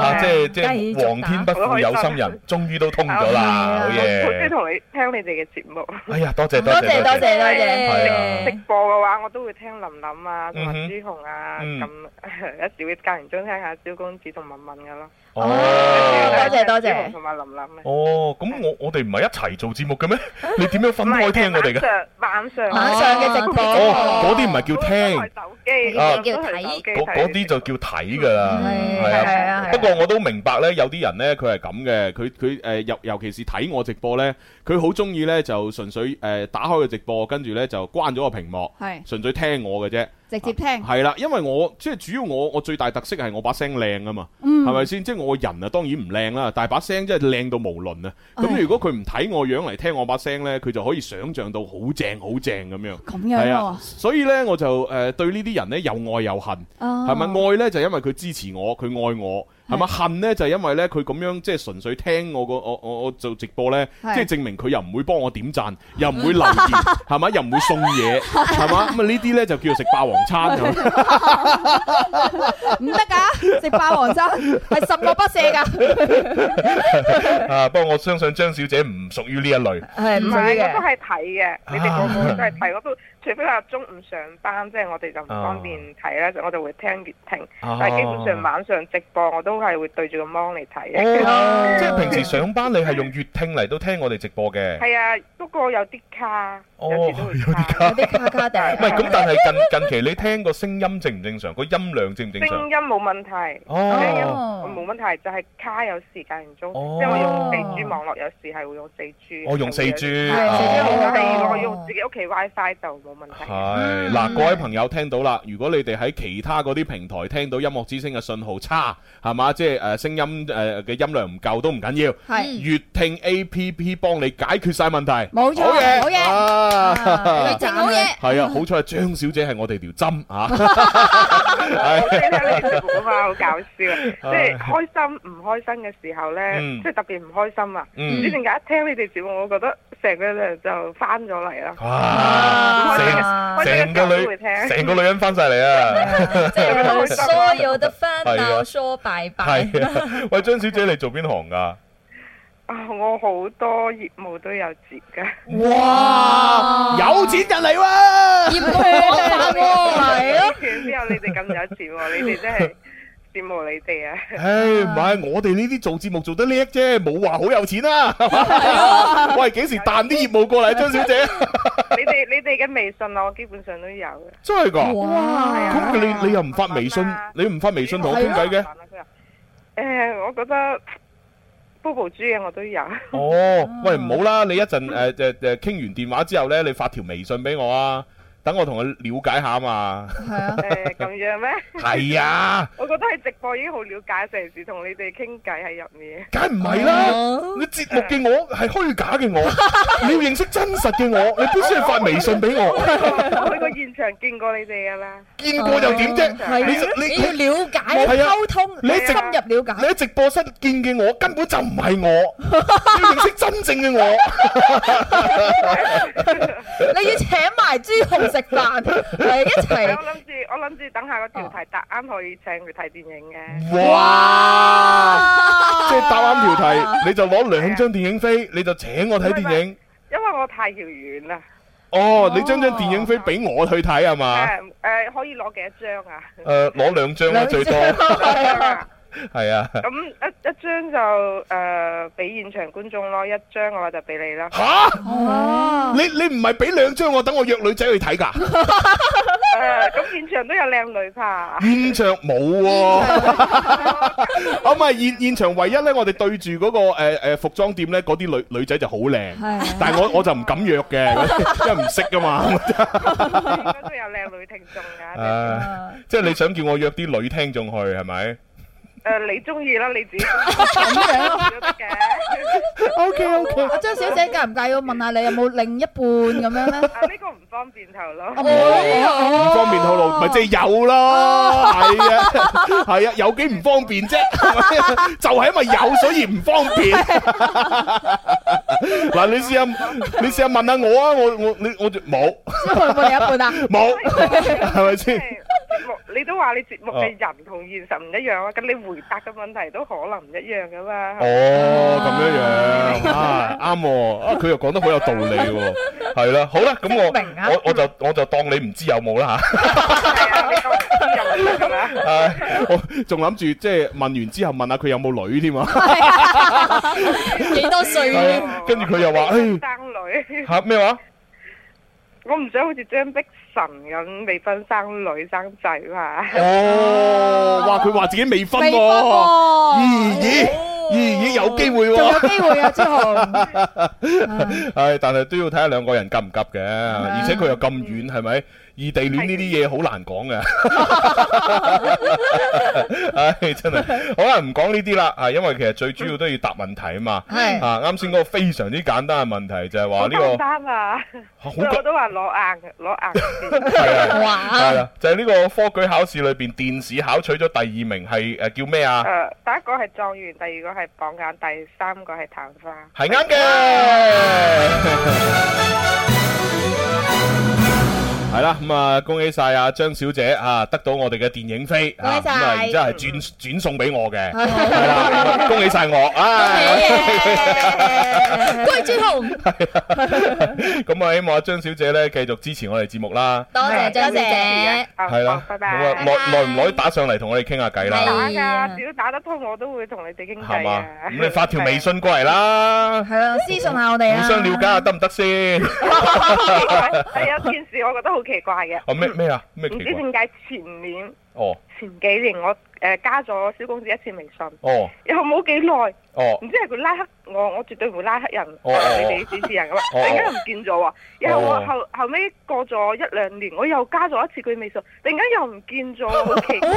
S3: 嚇即係即
S10: 繼
S3: 係
S10: 續
S3: 皇
S10: 打
S3: 天不負有心人，終於都通咗啦，好
S10: 嗯哦好中意
S3: 嘢！
S10: 同你聽你哋嘅節目。
S3: 哎呀，多謝多謝
S10: 多謝多謝多謝
S3: 係啊。
S10: 直播嘅話，我都會聽林林啊，同埋
S3: 嗯哼
S10: 朱紅啊，
S3: 嗯
S10: 咁 有時會間唔中聽下蕭公子同文文嘅咯。
S3: 哦
S10: 多
S13: 謝多謝
S10: 同埋林林啊。
S3: 哦，咁我我哋唔係一齊做節目嘅咩？你點樣分開聽我哋嘅？
S10: 晚上
S13: 晚上嘅直播
S3: 哦，嗰啲唔係叫聽，
S10: 機
S3: 啊
S10: 都係手機
S3: 嗰
S10: 睇
S3: 嗰啲就叫睇噶啦，係
S10: 係啊係
S3: 啊
S10: 啊。
S3: 不過我都明白咧，有啲人咧佢係咁嘅，佢佢誒尤尤其是睇我直播咧，佢好中意咧就純粹誒打開個直播，跟住咧就關咗個屏幕，
S5: 係
S3: 純粹聽我嘅啫。
S5: 直接聽。
S3: 係啊啦，因為我即係主要我我最大特色係我把聲靚啊嘛，
S5: 嗯
S3: 係咪先？即係我人啊，當然唔靚啦，但係把聲真係靚到無倫啊！咁如果佢唔睇我樣嚟聽我把聲呢，佢就可以想像到好正好正咁樣。咁
S5: 樣啊
S3: 所以呢，我就誒、呃、對呢啲人呢又愛又恨，
S5: 哦
S3: 係咪、愛呢？就因為佢支持我，佢愛我。係咪恨呢？就因為呢，佢咁樣即係純粹聽我個我我我做直播呢，即
S10: 係
S3: 係證明佢又唔會幫我點讚，又唔會留言，係咪？又唔會送嘢，係嘛？咁啊呢啲呢，就叫做食霸王餐 咁。
S5: 唔得噶，食霸王餐係十惡不赦噶。
S3: 啊，不過我相信張小姐唔屬於呢一類。
S10: 唔係，我都係睇嘅，
S3: 啊
S10: 你哋個個都係睇，我都除非話中午上班，即係我哋就唔方便睇啦，就我就會聽粵聽。
S3: 哦
S10: 但係基本上晚上直播我都係會對住個 mon 嚟睇
S3: 哦，即係
S10: 嘅。
S3: 平時上班你係用粵聽嚟到聽我哋直播嘅。
S10: 係啊，不過有啲卡，
S3: 哦，有啲卡，有啲卡卡地。唔係咁，但 係近近期你聽個聲音正唔正常？個音量正唔正
S10: 聲
S3: 常
S10: 音？冇問題，
S3: 哦
S10: 聲音冇問題，就係卡有時間唔中，
S3: 哦
S10: 即係我用四 G 網絡，有時係會用四 G。
S3: 我用四 G
S10: 係四 G 好
S3: 哦
S10: 係我用自己屋企 WiFi 就冇問題。
S3: 係嗱，各位朋友聽到啦，如果你哋喺其他嗰啲平台聽到音樂之聲嘅信號差，係嘛，即係誒聲音誒嘅音量唔夠都唔緊要，
S5: 係
S3: 粵聽 A P P 幫你解決晒問題，
S5: 冇錯
S3: 好嘢，
S5: 好嘢
S3: 啊
S5: 正好嘢
S3: 係啊，好彩張小姐係我哋條針啊！
S10: 我中意聽你哋節目啊嘛，好 搞笑啊！即
S3: 唉
S10: 係開心唔開心嘅時候咧
S3: 嗯，
S10: 即係特別唔開心啊！
S3: 嗯
S10: 唔知點解一聽你哋節目，我覺得成個人就翻咗嚟
S3: 啊
S10: 啦。
S3: 哇！
S10: 開心嘅
S3: 成成個
S10: 時候都
S3: 女
S10: 會聽
S3: 成個女人翻晒嚟啊！
S13: 所有的煩
S3: 係啊
S13: 惱說拜拜。
S3: 係啊，喂，張小姐你做邊行㗎？
S10: 啊，我好多業務都有接㗎。
S3: 哇！有錢人嚟喎！
S10: 業
S13: 廣泛喎係 咯
S10: 之後你哋咁有錢喎，你哋真係羨慕你哋啊！
S3: 唉，唔係我哋呢啲做節目做得叻啫，冇話好有錢啊！喂，幾時彈啲業務過嚟，啊張小姐？
S10: 你哋你哋嘅微信啊我基本上都有嘅。
S3: 真係㗎？
S10: 哇
S3: 咁你你又唔發微信，
S10: 啊
S3: 你唔發微信同我傾偈嘅？
S10: 誒，我覺得 Bobo 豬嘅我都有。
S3: 哦，喂，唔好
S13: 嗯
S3: 啦，你一 陣誒誒誒傾完電話之後咧，你發條微信俾我啊，等我同佢了解下 啊嘛。
S10: 誒咁樣咩？
S3: 係啊，
S10: 我覺得喺直播已經好了解成時，同你哋傾偈喺入面。
S3: 梗唔係啦，
S13: 哦
S3: 你節目嘅我係虛假嘅我， 你要認識真實嘅我，你必須要發微信俾 我。
S10: 我去過現場見過你哋噶啦。
S3: Ờ,
S10: 啊
S3: 見過又點啫？你你你
S13: 哦了解
S3: 係啊
S13: 溝通，
S3: 你直
S13: 深入了
S3: 你
S13: 解。
S3: 喺直播室見嘅我根本就唔 係我， 你要認識真正嘅我。
S13: 你要請埋朱紅食飯，嚟一齊
S10: 我。諗住，我諗住等下嗰條題答啱可以請佢睇電影 嘅。
S3: 哇！即係答啱條題，你就攞兩張電影飛，你就請我睇電影。
S10: 因為我太遙遠啦。
S3: 哦，你將張電影飛俾我去睇係嘛？
S10: 誒誒，可以攞幾多張啊？
S3: 誒，攞哦兩張啦，最多。 係啊。
S10: 咁一一張就誒俾現場觀眾咯，一張嘅話就俾你啦。
S3: 吓？你你唔係俾兩張我，等我約女仔去睇㗎？
S10: 誒，咁現場都有靚女 怕。
S3: 現場冇 喎，啊唔係現現場唯一咧，我哋對住嗰個誒誒服裝店咧，嗰啲女女仔就好靚
S10: 係，
S3: 但係我我就唔敢約嘅， 因為唔識噶 嘛。
S10: 都有靚女聽眾㗎。
S3: 唉即係你想叫我約啲女聽眾去係咪
S10: 誒，你中意啦，你自己咁樣都得嘅。
S3: O K O K。
S13: 阿張小姐介唔介意我問下你有冇另一半咁樣 咧？
S10: 啊，呢個唔方便透露。
S3: 唔方便透露，咪即係有啦，係啊，係啊，有幾唔方便啫， 係咪就係因為有所以唔方便。嗱，你試下，你試下問下我啊，我我你我就冇，
S13: 朱紅有冇另一半啊？
S3: 冇，係咪先？
S10: 節目你都話你節目嘅人同現實唔一樣啊，咁你回答嘅問題都可能唔一樣㗎 嘛。
S3: 哦，咁樣樣啊，啱喎，啊佢又講得好有道理喎，係啦，好啦，咁
S10: 明啊
S3: 我我我就我就當你唔知有冇啦嚇。啊我仲諗住即係問完之後問下佢有冇女添啊。
S13: 幾多歲
S3: 係啊跟住佢又話，誒
S10: 生 女
S3: 嚇咩話？
S10: 我唔想好似張碧晨咁未婚生女生仔嘛。
S3: 哦，哇！佢話自己未婚
S10: 未婚
S3: 喎，
S10: 喎哦
S3: 咦咦咦咦，有機會喎，
S10: 仲有機 會啊朱
S3: 紅。係，但係都要睇下兩個人夾唔夾嘅，
S10: 啊
S3: 而且佢又咁遠，係咪？異地戀呢啲嘢好難講嘅。 唉，真係好啦，唔講呢啲啦，啊，因為其實最主要都要答問題啊嘛。
S10: 係
S3: 啊，啱先嗰個非常之簡單嘅問題就係話呢個。
S10: 擔啊，
S3: 好
S10: 所以我都話攞硬嘅，攞
S3: 係
S10: 硬。
S3: 啊，係啦，就係呢個科舉考試裏邊，電視考取咗第二名係誒叫咩啊？
S10: 誒，第一個係狀元，第二個係榜眼，第三個係曇花。
S3: 係啱嘅。 係啦，咁啊，恭喜晒啊張小姐啊，得到我哋嘅電影飛
S13: 恭喜
S3: 啊，
S13: 晒
S3: 咁啊，然之後係轉轉送俾我嘅，係啦，咁啊恭喜晒我啊！
S13: 恭喜朱紅，
S3: 咁啊，希望啊張小姐咧繼續支持我哋節目啦，
S13: 多謝張小姐。
S3: 係啦，
S10: 拜
S3: 咁
S10: 拜
S3: 啊，耐耐唔耐打上嚟同我哋傾下偈啦。
S10: 打噶，啊只要打得通，我都會同你哋傾
S3: 啊係
S10: 偈
S3: 嘛？
S10: 啊。
S3: 咁你發 條微信過嚟啦，
S13: 係啊，私信下我哋啊。
S3: 互相了解下得唔得 先？
S10: 係啊有件事我覺得好奇怪嘅，
S3: 哦咩咩啊咩
S10: 唔
S3: 奇
S10: 知
S3: 怪？
S10: 點解前年
S3: 哦
S10: 前幾年我誒加咗小公子一次微信，
S3: 哦
S10: 又冇幾耐。
S3: 哦
S10: 唔知係佢拉黑我，我絕對唔會拉黑人，
S3: 哦
S10: 你哋主持人咁啊，突然間又唔見咗喎。然後我
S3: 哦
S10: 後後尾過咗一兩年，我又加咗一次佢微信，突然間又唔見咗，好奇怪。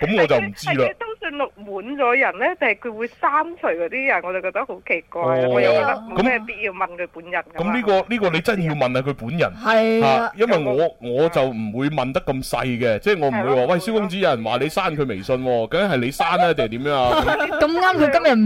S3: 咁我就唔知
S10: 係
S3: 啦
S10: 佢。通訊錄滿咗人咧，定係佢會刪除嗰啲人，我就覺得好奇怪，啊我又覺得冇咩必要問佢本人㗎
S3: 哦咁
S10: 嘛
S3: 呢個呢個你真係要問啊下佢本人，
S10: 係啊
S3: 啊因為我我就唔會問得咁細嘅，即係我唔會話喂蕭公子有人話你刪佢微信喎，究竟係你刪啊定係點樣啊？ 咁
S10: 我覺得好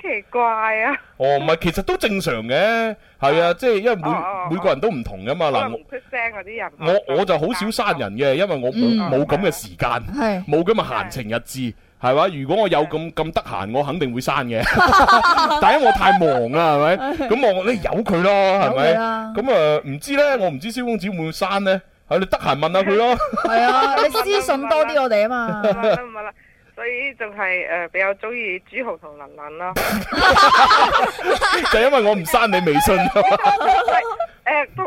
S10: 奇怪啊！
S3: 哦，唔係，其實都正常嘅，
S10: 哦
S3: 係啊，即係因為每每個人都唔同噶嘛。嗱，我
S10: 出聲嗰 啲人，
S3: 我我就好少刪人嘅，因為我
S10: 啊嗯
S3: 冇冇咁嘅時間
S10: 係，
S3: 冇咁嘅閒情逸致，係嘛？如果我有咁咁得閒，我肯定會刪嘅。 但係因為我太忙啦，係咪？咁我你由佢咯，係咪？
S13: 由佢啦
S3: 咁啊，唔知咧，我唔知蕭公子會唔會刪咧？係你得閒問下佢 咯。
S13: 係啊，你私信多啲我哋啊嘛。
S10: 咁啊啦，所以仲係誒比較中意朱紅同林林 咯。
S3: 就因為我唔刪你微 信。
S10: 誒呃都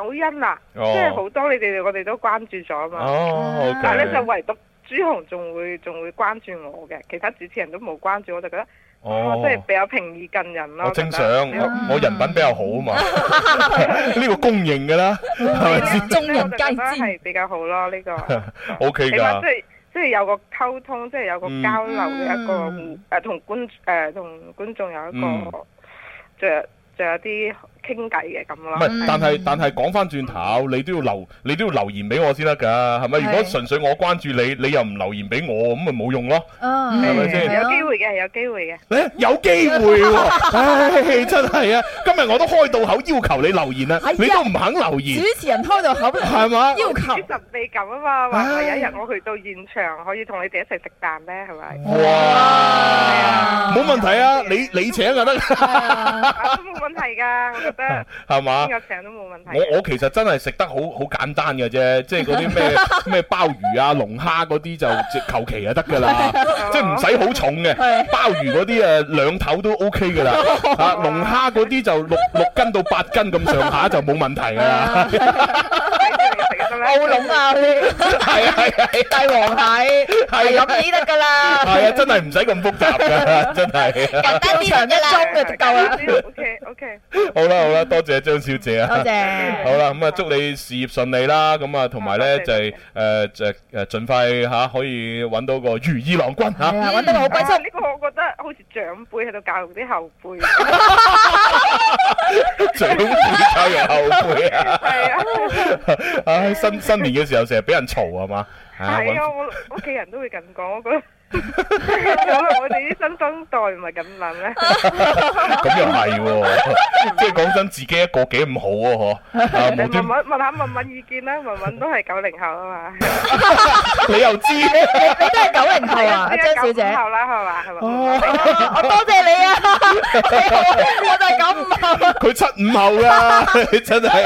S10: 誒抖音啊，即
S3: 哦
S10: 係好多你哋我哋都關注咗啊嘛。
S3: 哦，OK
S10: 但係咧就唯獨朱紅仲會仲會關注我嘅，其他主持人都冇關注，我就覺得我
S3: 哦
S10: 真係比較平易近人咯。
S3: 我正
S10: 覺
S3: 常，
S10: 得
S3: 我我人品比較好啊 嘛，呢個公認嘅
S10: 啊
S3: 啦，係咪先
S10: 眾人皆知係比較好咯，呢個
S3: ？O K
S10: 起碼
S3: 㗎
S10: 即。係即係有個溝通，即係有個
S3: 嗯
S10: 交流嘅一
S13: 嗯
S10: 個誒同觀誒同觀眾有一個
S3: 嗯
S10: 仲有仲有啲傾偈嘅咁咯。
S3: 唔
S13: 嗯
S3: 係，但係但係講翻轉頭，你都要留，你都要留言俾我先得㗎，係咪？
S10: 係
S3: 如果純粹我關注你，你又唔留言俾我，咁咪冇用咯。
S10: 嗯
S3: 係咪先
S10: 有機會嘅，有機會嘅。
S3: 誒有機會 喎，唉，真係啊！今日我都開到口要求你留言啦，啊你都唔肯留言。
S13: 啊主持人開到口
S3: 係嘛
S13: 要求
S10: 啲神秘感啊嘛，話唔係有一日我去到現場可以同你哋一齊食飯咩？係咪？
S3: 哇！冇問題啊，你你請就得，
S10: 啊都冇問題㗎，我覺得
S3: 係嘛
S10: 邊？個請都冇問題。
S3: 我我其實真係食得好好簡單嘅啫，即係嗰啲咩咩鮑魚啊、龍蝦嗰啲就即求其就得㗎啦，即係唔使好重嘅。鮑魚嗰啲誒兩頭都 OK 㗎啦，啊龍蝦嗰啲就六六斤到八斤咁上下就冇問題㗎啦。
S13: 澳龍啊，
S3: 係啊係啊，啊
S13: 帝王蟹係咁已得㗎啦，
S3: 係啊，真係唔使咁複雜㗎，真係。
S13: 一長一
S5: Dạ
S13: 鐘就夠啦。
S10: OK OK，
S3: 好啦好啦，多謝張小姐啊，
S13: 多謝
S3: 好啦，咁啊，祝你事業順利啦，咁啊，同埋咧就係誒就誒盡快嚇可以揾到個如意郎君嚇，
S10: 啊
S13: 揾得我好關心
S10: 呢個我覺得好似長輩喺度教育啲後輩。
S3: 啊 長輩教育後輩啊，唉新新年嘅時候成日俾人嘈係嘛，啊
S10: 啊係啊，
S3: 揾
S10: 我屋企人都會咁講，我覺得。 我哋啲新生代唔係咁諗咩？
S3: 咁又係 喎，即係講真，自己一個幾唔好喎，嗬， 啊
S10: 你
S3: 無
S10: 問
S3: 端
S10: 問問下文文意見啦，文文都係九零後 啊嘛，
S3: 你又知，
S13: 你都係九零後啊，張小姐。
S10: 九五後啦係
S3: 哦
S10: 嘛係嘛？
S13: 我多謝你 啊！ 我就係九五後。
S3: 佢七五後啦， 真係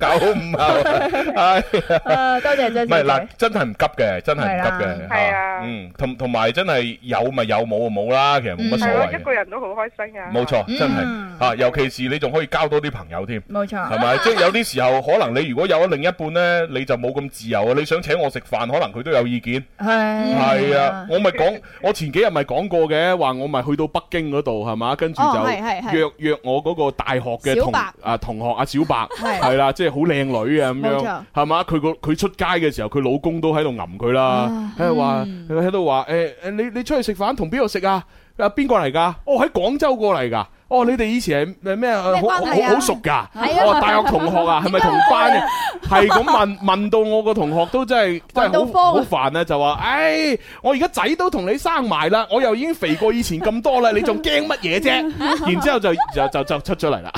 S3: 九五後，唉。
S13: 啊，多謝張
S3: 唔係
S13: 小
S3: 嗱
S13: 姐。，
S3: 真係唔急嘅，真係唔
S13: 係
S3: 急
S13: 啦
S3: 嘅
S10: 係
S3: 嚇
S10: 啊
S3: 嗯，同同埋真係有咪有，冇就冇啦，其實冇乜所
S10: 係咯，
S3: 謂
S10: 一
S3: 嘅。
S10: 個人都嗯好開心啊！
S3: 冇錯，真係啊！尤其是你仲可以交多啲朋友添，
S13: 冇錯
S3: 係咪？即係有啲時候，可能你如果有咗另一半呢，你就冇咁自由啊！你想請我食飯，可能佢都有意見。
S11: Ờ,
S13: 嗯係
S3: 係
S11: à.
S3: 啊，我咪講，我前幾日咪講過嘅，話我咪去到北京嗰度係嘛，跟住
S13: 哦
S3: 就
S13: 係係係
S3: 約約我嗰個大學嘅
S13: 小
S3: 同
S13: 白
S3: 啊同學啊小白
S13: 係
S3: 係啦，即係好靚女啊咁
S13: 冇
S3: 樣
S13: 錯
S3: 係嘛，佢個佢出街嘅時候，佢老公都喺度吟佢啦，
S13: 啊
S3: 喺度話
S13: 嗯
S3: 喺度話誒誒，你你出去食飯同邊度食啊？啊邊個嚟㗎？哦喺廣州過嚟㗎。哦，你哋以前係咩好
S2: 咩
S3: 好
S2: 關係啊
S3: 好好熟㗎？
S2: 係啊
S3: 哦，大學同學啊，係咪同 班嘅？係咁問問到我個同學都真 係真
S2: 到
S3: 係
S2: 慌啊
S3: 好好煩啊！就話，唉，我而家仔都同你生埋啦，我又已經肥過以前咁多啦，你仲驚乜嘢啫？ 然之後就就就就出咗嚟啦，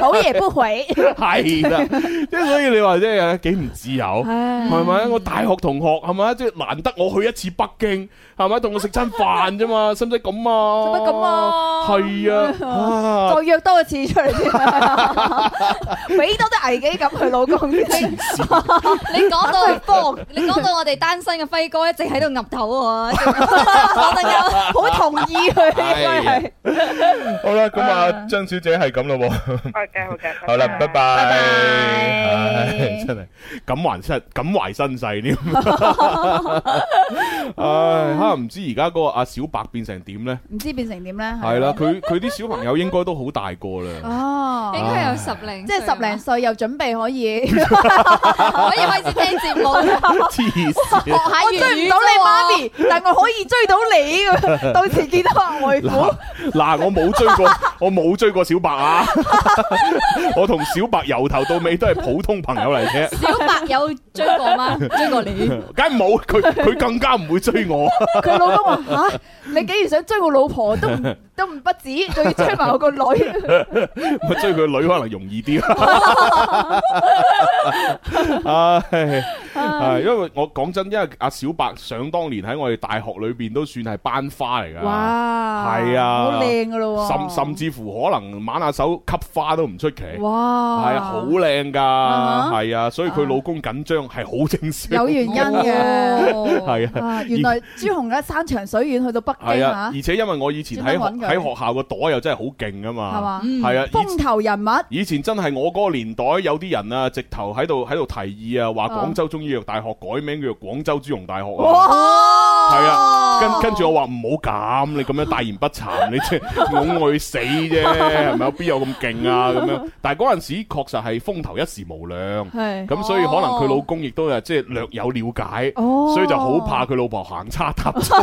S13: 頭也不回。
S3: 係啦，即係所以你話即係幾唔自由，
S13: 唉
S3: 係咪？我大學同學係咪？即係難得我去一次北京，係咪？同我食餐飯啫嘛， 使唔使咁啊？
S6: 乜咁啊？
S3: 係 啊，
S6: 再約多一次出嚟 先，俾多啲危機感佢老公先。
S3: 你
S6: 你講到幫，你講到我哋單身嘅輝哥一直喺度岌頭喎，我朋友好同意 佢
S3: 啊
S6: 應該係。
S3: 好啦，咁啊，張小姐係咁咯喎。
S10: 好嘅好嘅，
S3: 好啦，
S6: 啊
S3: 拜拜。唉
S10: 拜
S3: 真係感懷身感懷身 世添。唉，吓唔知而家嗰個阿小白變成點咧？
S5: 唔知變成點咧？
S3: 係
S6: 啊
S3: 啦，佢佢啲小朋友應該都好大個啦。
S5: 哦，
S3: 應該有
S5: 十零，即係十零歲又準備可以可以
S6: 哦開始聽節目
S3: 黐線
S5: 我追唔到你媽咪，但我可以追到你 咁，到時見到阿外父。
S3: 嗱嗱，我冇追 過，我冇追過小白啊！ 我同小白由頭到尾都係普通朋友嚟嘅。
S6: 小白有追過 嗎？追過你？
S3: 梗係冇，佢佢更加唔會追我。
S5: 佢老公 話吓，你竟然想追我老婆都唔都唔不止，仲要追埋 我個女。
S3: 咪啊追佢個女可能容易 啲啦。唉，係因為我講真，因為阿小白想當年喺我哋大學裏邊都算係班花嚟㗎。
S5: 哇
S3: 係啊，
S5: 好靚㗎咯喎
S3: 甚甚至乎可能挽下手吸花都唔出奇。
S5: 哇
S3: 係啊，好靚㗎，
S5: 啊哈
S3: 係啊，所以佢老公緊張係好正常。
S5: 有原因 嘅，
S3: 係啊
S5: 啊，原來朱紅咧山長水遠去到北
S3: 係
S5: 京
S3: 啊
S5: 啊，，
S3: 而且因為我以前喺學
S5: 專登揾佢
S3: 喺學校個袋又真係好勁啊
S5: 係
S3: 嘛
S5: 嘛，，嗯
S3: 係啊，以
S5: 風頭人物。
S3: 以前真係我嗰個年代，有啲人啊，直頭喺度喺度提議啊，話廣州中醫藥大學改名叫做廣州朱融大學啊，
S5: 哇！
S3: 係啊，
S5: 哦
S3: 跟跟住我話唔好咁，你咁樣大言不慚，你即係 㧬我去死 啫，係咪？邊有咁勁啊？咁樣，但係嗰陣時確實係風頭一時無兩，
S4: 係
S3: 咁所以可能佢老公亦都係即係略有了解，
S4: 哦
S3: 所以就好怕佢老婆行差踏 錯。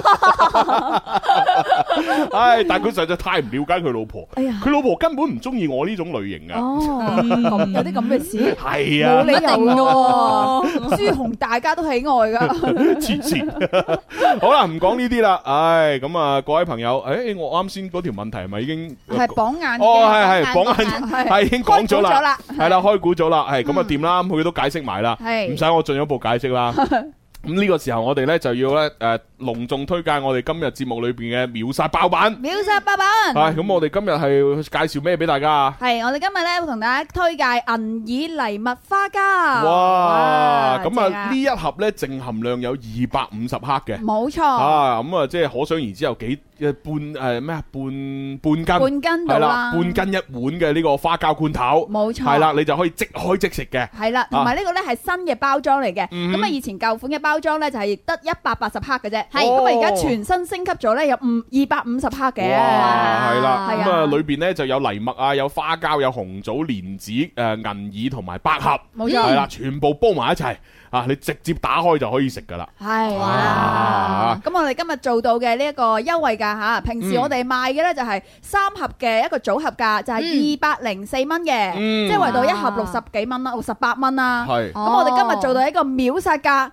S3: 唉，但係佢實在太唔了解佢老婆，
S5: 哎呀
S3: 佢老婆根本唔中意我呢種類型啊。
S5: 哦，咁有啲咁嘅事，
S3: 係啊
S5: 冇理由
S3: 唔
S5: 喎。朱紅大家都喜愛 㗎，
S3: 黐線，好啦，唔講呢啲啦，唉，咁啊，各位朋友，誒，我啱先嗰條問題係咪已經
S5: 係綁眼嘅
S3: 哦，係係綁
S5: 綁眼
S3: 眼，
S5: 綁眼
S3: 係已經講咗
S5: 開估咗啦
S3: 啦，係啦，開估咗啦，係咁啊，掂啦，咁佢都解釋埋啦，
S5: 係
S3: 唔使我進一步解釋啦。 咁呢個時候我哋咧就要咧誒隆重推介我哋今日節目裏邊嘅秒殺爆版，
S5: 秒殺八百蚊。
S3: 係咁我哋今日係介紹咩俾大家啊？
S5: 係，我哋今日咧會同大家推介銀耳泥蜜花膠。
S3: 哇！咁
S5: 啊正
S3: 啊呢一盒咧淨含量有二百五十克嘅，
S5: 冇錯
S3: 啊咁啊，即係可想而知有幾誒半誒咩啊半半斤
S5: 半斤
S3: 係
S5: 到
S3: 啦
S5: 啦，
S3: 半斤一碗嘅呢個花膠罐頭，
S5: 冇錯
S3: 係啦，你就可以即開即食嘅，啊
S5: 係啦，同埋呢個咧係新嘅包裝嚟嘅，
S3: 嗯
S5: 咁啊以前舊款嘅包裝咧就係得一百八十克嘅啫，
S3: 係
S5: 咁啊而家全新升級咗咧有五二百五十克嘅，
S3: 哇，係啦，
S5: 係
S3: 咁啊
S5: 啊，
S3: 裏邊咧就有泥麥啊，有花膠，有紅棗、蓮子、誒銀耳同埋百合，
S5: 冇錯
S3: 係啦，全部煲埋一齊啊，你直接打開就可以食噶啦，
S5: 係
S3: 啊
S5: 啊，咁我哋今日做到嘅呢一個優惠價嚇，平時
S3: 嗯
S5: 我哋賣嘅咧就係三盒嘅一個組合價，就係二百零四蚊嘅，
S3: 嗯
S5: 即係圍到一盒六十幾蚊啦，哦六十八蚊啦。
S3: 係
S5: 咁我哋今日做到一個秒殺價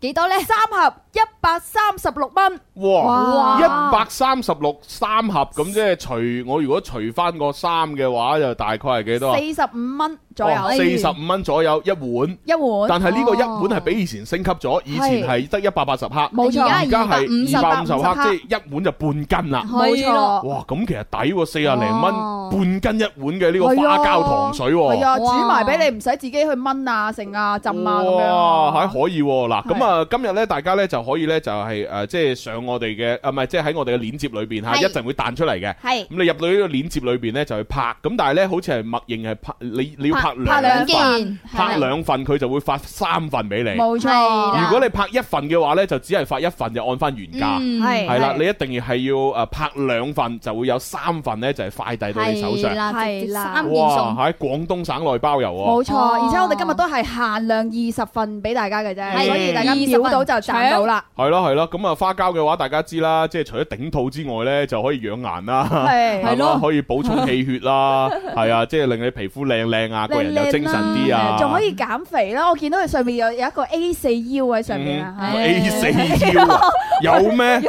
S5: 幾多咧？三盒一百三十六蚊。
S3: 哇！一
S5: 哇
S3: 百三十六三盒咁，即係除我如果除翻個三嘅話，就大概係幾多啊？哦
S5: 四十五蚊左右，
S3: 四十五蚊左右一碗。
S5: 哎一碗。
S3: 但係呢個一
S5: 哦
S3: 碗係比以前升級咗，以前係得一百八十克，
S5: 冇錯
S3: 而家係二百五十
S5: 250
S3: 克，即係一碗就半斤啦。
S5: 冇錯
S3: 哇！咁其實抵喎，四廿零蚊半斤一碗嘅呢
S5: 哎
S3: 個花膠糖水
S5: 係
S3: 喎。
S5: 啊，煮埋俾你唔使自己去炆啊、剩啊、浸啊咁樣。
S3: 哇，係可以喎！嗱，咁啊，今日咧，大家咧就可以咧就係誒，即係上我哋嘅啊，唔係即係喺我哋嘅鏈接裏邊嚇，
S5: 係
S3: 一陣會彈出嚟嘅。咁
S5: 係
S3: 你入到呢個鏈接裏邊咧就去拍，咁但係咧好似係默認係拍你你要拍
S5: 拍
S3: 兩
S5: 兩
S3: 份
S5: 件，
S3: 拍
S5: 係
S3: 兩份佢就會發三份俾你。
S5: 冇錯係啦
S3: 如果你拍一份嘅話咧，就只係發一份，就按翻原價。
S5: 嗯係
S3: 係啦，
S5: 係
S3: 你一定要係要誒拍兩份，就會有三份咧就係快遞到你手上。
S5: 係啦直接三件
S3: 哇！
S5: 送
S3: 喺廣東省內包郵喎。
S5: 冇錯，而且我哋今日都係限量二十份俾大家嘅啫，所以大家秒到就賺到啦。
S3: 係咯係咯，咁啊花膠嘅話，大家知啦，即係除咗頂肚之外咧，就可以養顏啦，
S5: 係
S3: 嘛
S5: 係咯
S3: 可以補充氣血 啦，係啊，即係令你皮膚靚靚啊，個人又精神啲啊，
S5: 仲可以減肥啦！我見到佢上面有有一個 A 四腰喺上面啊，
S3: 嗯哦哎 A 四腰 啊，有咩？
S5: 啊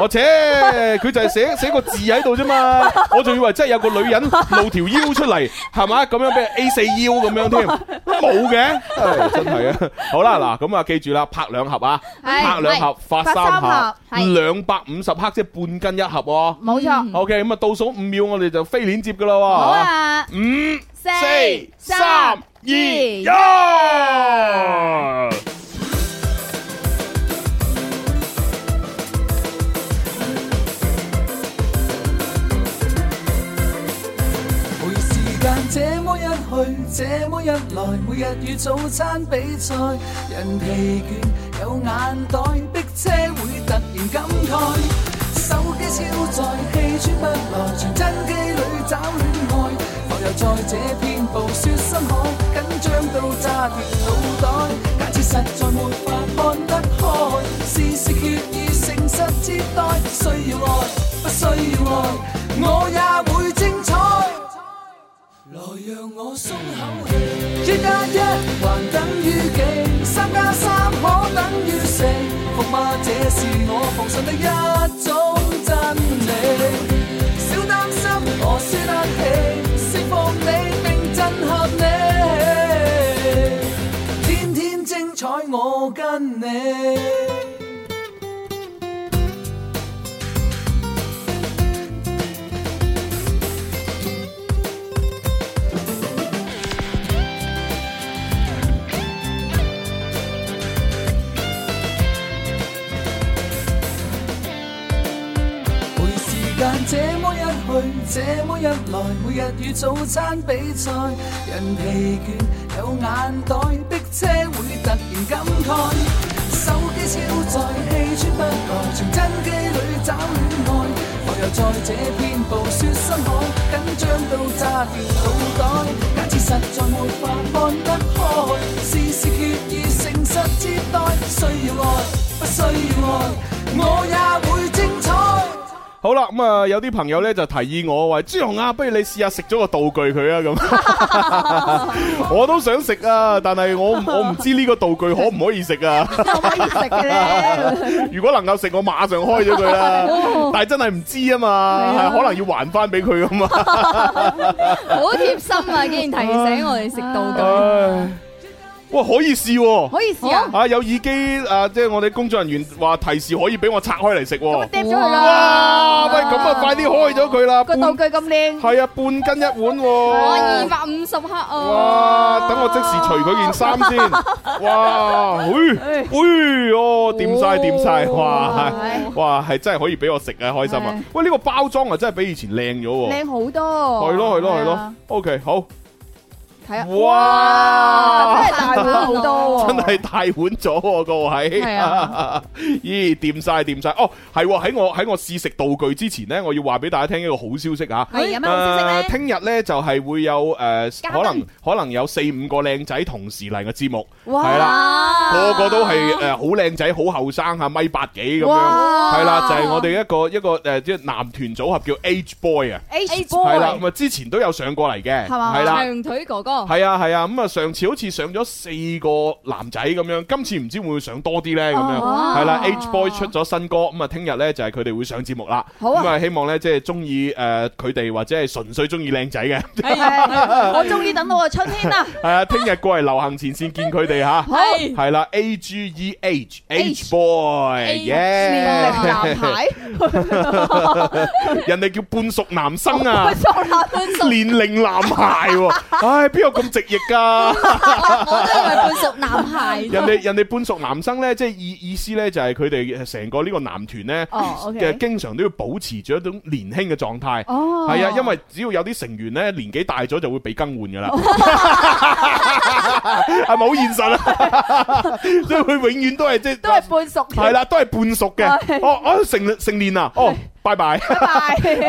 S3: 我且佢就係 寫寫個字喺度啫嘛，我仲以為真係有個女人露條腰出嚟，係嘛咁樣俾 A 四腰咁樣添，冇嘅，唉真係啊！好啦，嗱咁啊，記住啦，拍兩盒啊，
S5: 係
S3: 拍兩盒
S5: 係
S3: 發
S5: 發
S3: 三
S5: 三
S3: 盒
S5: 盒，係
S3: 兩百五十克即係半斤一盒喎，
S5: 冇錯
S3: O K，咁啊倒數五秒，我哋就飛鏈接噶啦喎，
S5: 好啊
S3: 五四
S5: 三
S3: 三二
S5: 一
S3: 一。
S14: 每時間這麼一去，這麼一來，每日與早餐比賽，人疲倦有眼袋，逼車會突然感慨，手機超載，氣喘不來，傳真機裏找戀愛，我又在這片暴雪深海，緊張到炸斷腦袋，假設實在沒法看得開，事事決意誠實接待，需要愛，不需要愛，我也會精彩。來讓我鬆口氣，一加一還等於幾？三加三可等於四？服嗎？這是我奉信的一種真理。小擔心，我輸得起，釋放你並震撼你，天天精彩我跟你。每時間這麼一去，這麼一來，每日與早餐比賽，人疲倦有眼袋，逼車會突然感慨，手機笑在氣喘不來，從真機裏找戀愛，我又在這片暴雪深海，緊張到炸掉腦袋。假設實在沒法看得開，事事決意誠實接待，需要愛，不需要愛，我也會精彩。
S3: 好啦，咁啊有啲朋友咧就提議我話朱紅啊，不如你試下食咗個道具佢啊 咁，我都想食啊，但係我唔我唔知呢個道具可唔可以食啊？
S5: 可以食嘅咧？
S3: 如果能夠食，我馬上開咗佢啦
S5: 哦。
S3: 但係真係唔知啊嘛，
S6: 係啊
S3: 係可能要還翻俾佢啊嘛。
S6: 好貼心啊！竟然提醒我哋食道具，
S3: 唉哇，可以試喎！
S6: 啊可以試啊
S3: 啊，有耳機啊，即係我哋工作人員話提示可以俾我拆開嚟食喎。
S5: 掟咗佢
S3: 哇！
S5: 啦！
S3: 喂，咁啊，快啲開咗佢啦！
S5: 個道具咁靚，
S3: 係啊，半斤一碗
S6: 我
S3: 喎
S6: 二。百五十克
S5: Ờ.
S6: 啊！
S3: 哇！等我即時除佢件衫 先。哇！哎哎哦，掂晒掂晒，哇！係哇，係真係可以俾我食啊，開心啊！喂，呢個包裝啊，真係比以前靚咗喎。
S5: 靚好多。
S3: 係咯係咯係
S5: 係
S3: 咯
S5: 啊。
S3: OK，好。
S5: 睇下，
S3: 哇
S5: 真係大碗好多
S3: 真
S5: 喎。
S3: 係大碗咗喎，各位。
S5: 係啊
S3: 咦，掂晒掂晒。哦，係喎，喺我喺我試食道具之前呢，我要話俾大家聽一個好消息啊。
S5: 係有咩好消息呢
S3: 呃聽日呢，就係會有诶，
S5: 嘉
S3: 可
S5: 賓
S3: 能可能有四五個靚仔同時嚟嘅節目，
S5: 哇
S3: 係啦，個個都係诶好靚仔，好後生吓，米八幾咁樣，
S5: 哇
S3: 係啦，就係我哋一個一個诶即係男團組合叫 Age Boy 啊，
S6: H
S3: 係啦，咁啊之前都有上過嚟嘅，
S6: 係嘛？
S3: 係啦。
S6: 長腿哥哥，
S5: 哦
S3: 系啊系啊，咁啊上次好似上咗四個男仔咁樣，今次唔知會唔會上多啲呢？咁樣
S6: 哦
S3: 係啦，H Boy 出咗新歌，咁啊聽日呢就係佢哋會上節目啦。
S5: 好啊
S3: 咁希望呢，即係中意诶佢哋或者係純粹中意靚仔 嘅，
S5: 哎呀我終於等到我春天啦！
S3: 係啊，聽日過嚟流行前線見佢哋吓。
S5: 好
S3: 係啦，A G E H H Boy，耶！
S5: E 男孩，
S3: 人哋叫半熟男生啊
S5: 半，熟男半熟
S3: 年齡男孩喎，唉，邊有咁直譯啊㗎？
S6: 我都以為半熟男孩。
S3: 人哋人哋半熟男生咧，即係意意思咧，就係佢哋呃成個呢個男團咧
S6: 哦，OK
S3: 嘅經常都要保持住一種年輕嘅狀態。
S6: 哦
S3: 係啊，因為只要有啲成員咧年紀大咗就會被更換 噶啦， 係咪好現實啊？ 所以佢永遠都係即係
S5: 都係半熟。
S3: 係啦，，都係半熟嘅。
S5: 係
S3: 哦，哦成成年啦，哦，拜拜。
S5: 拜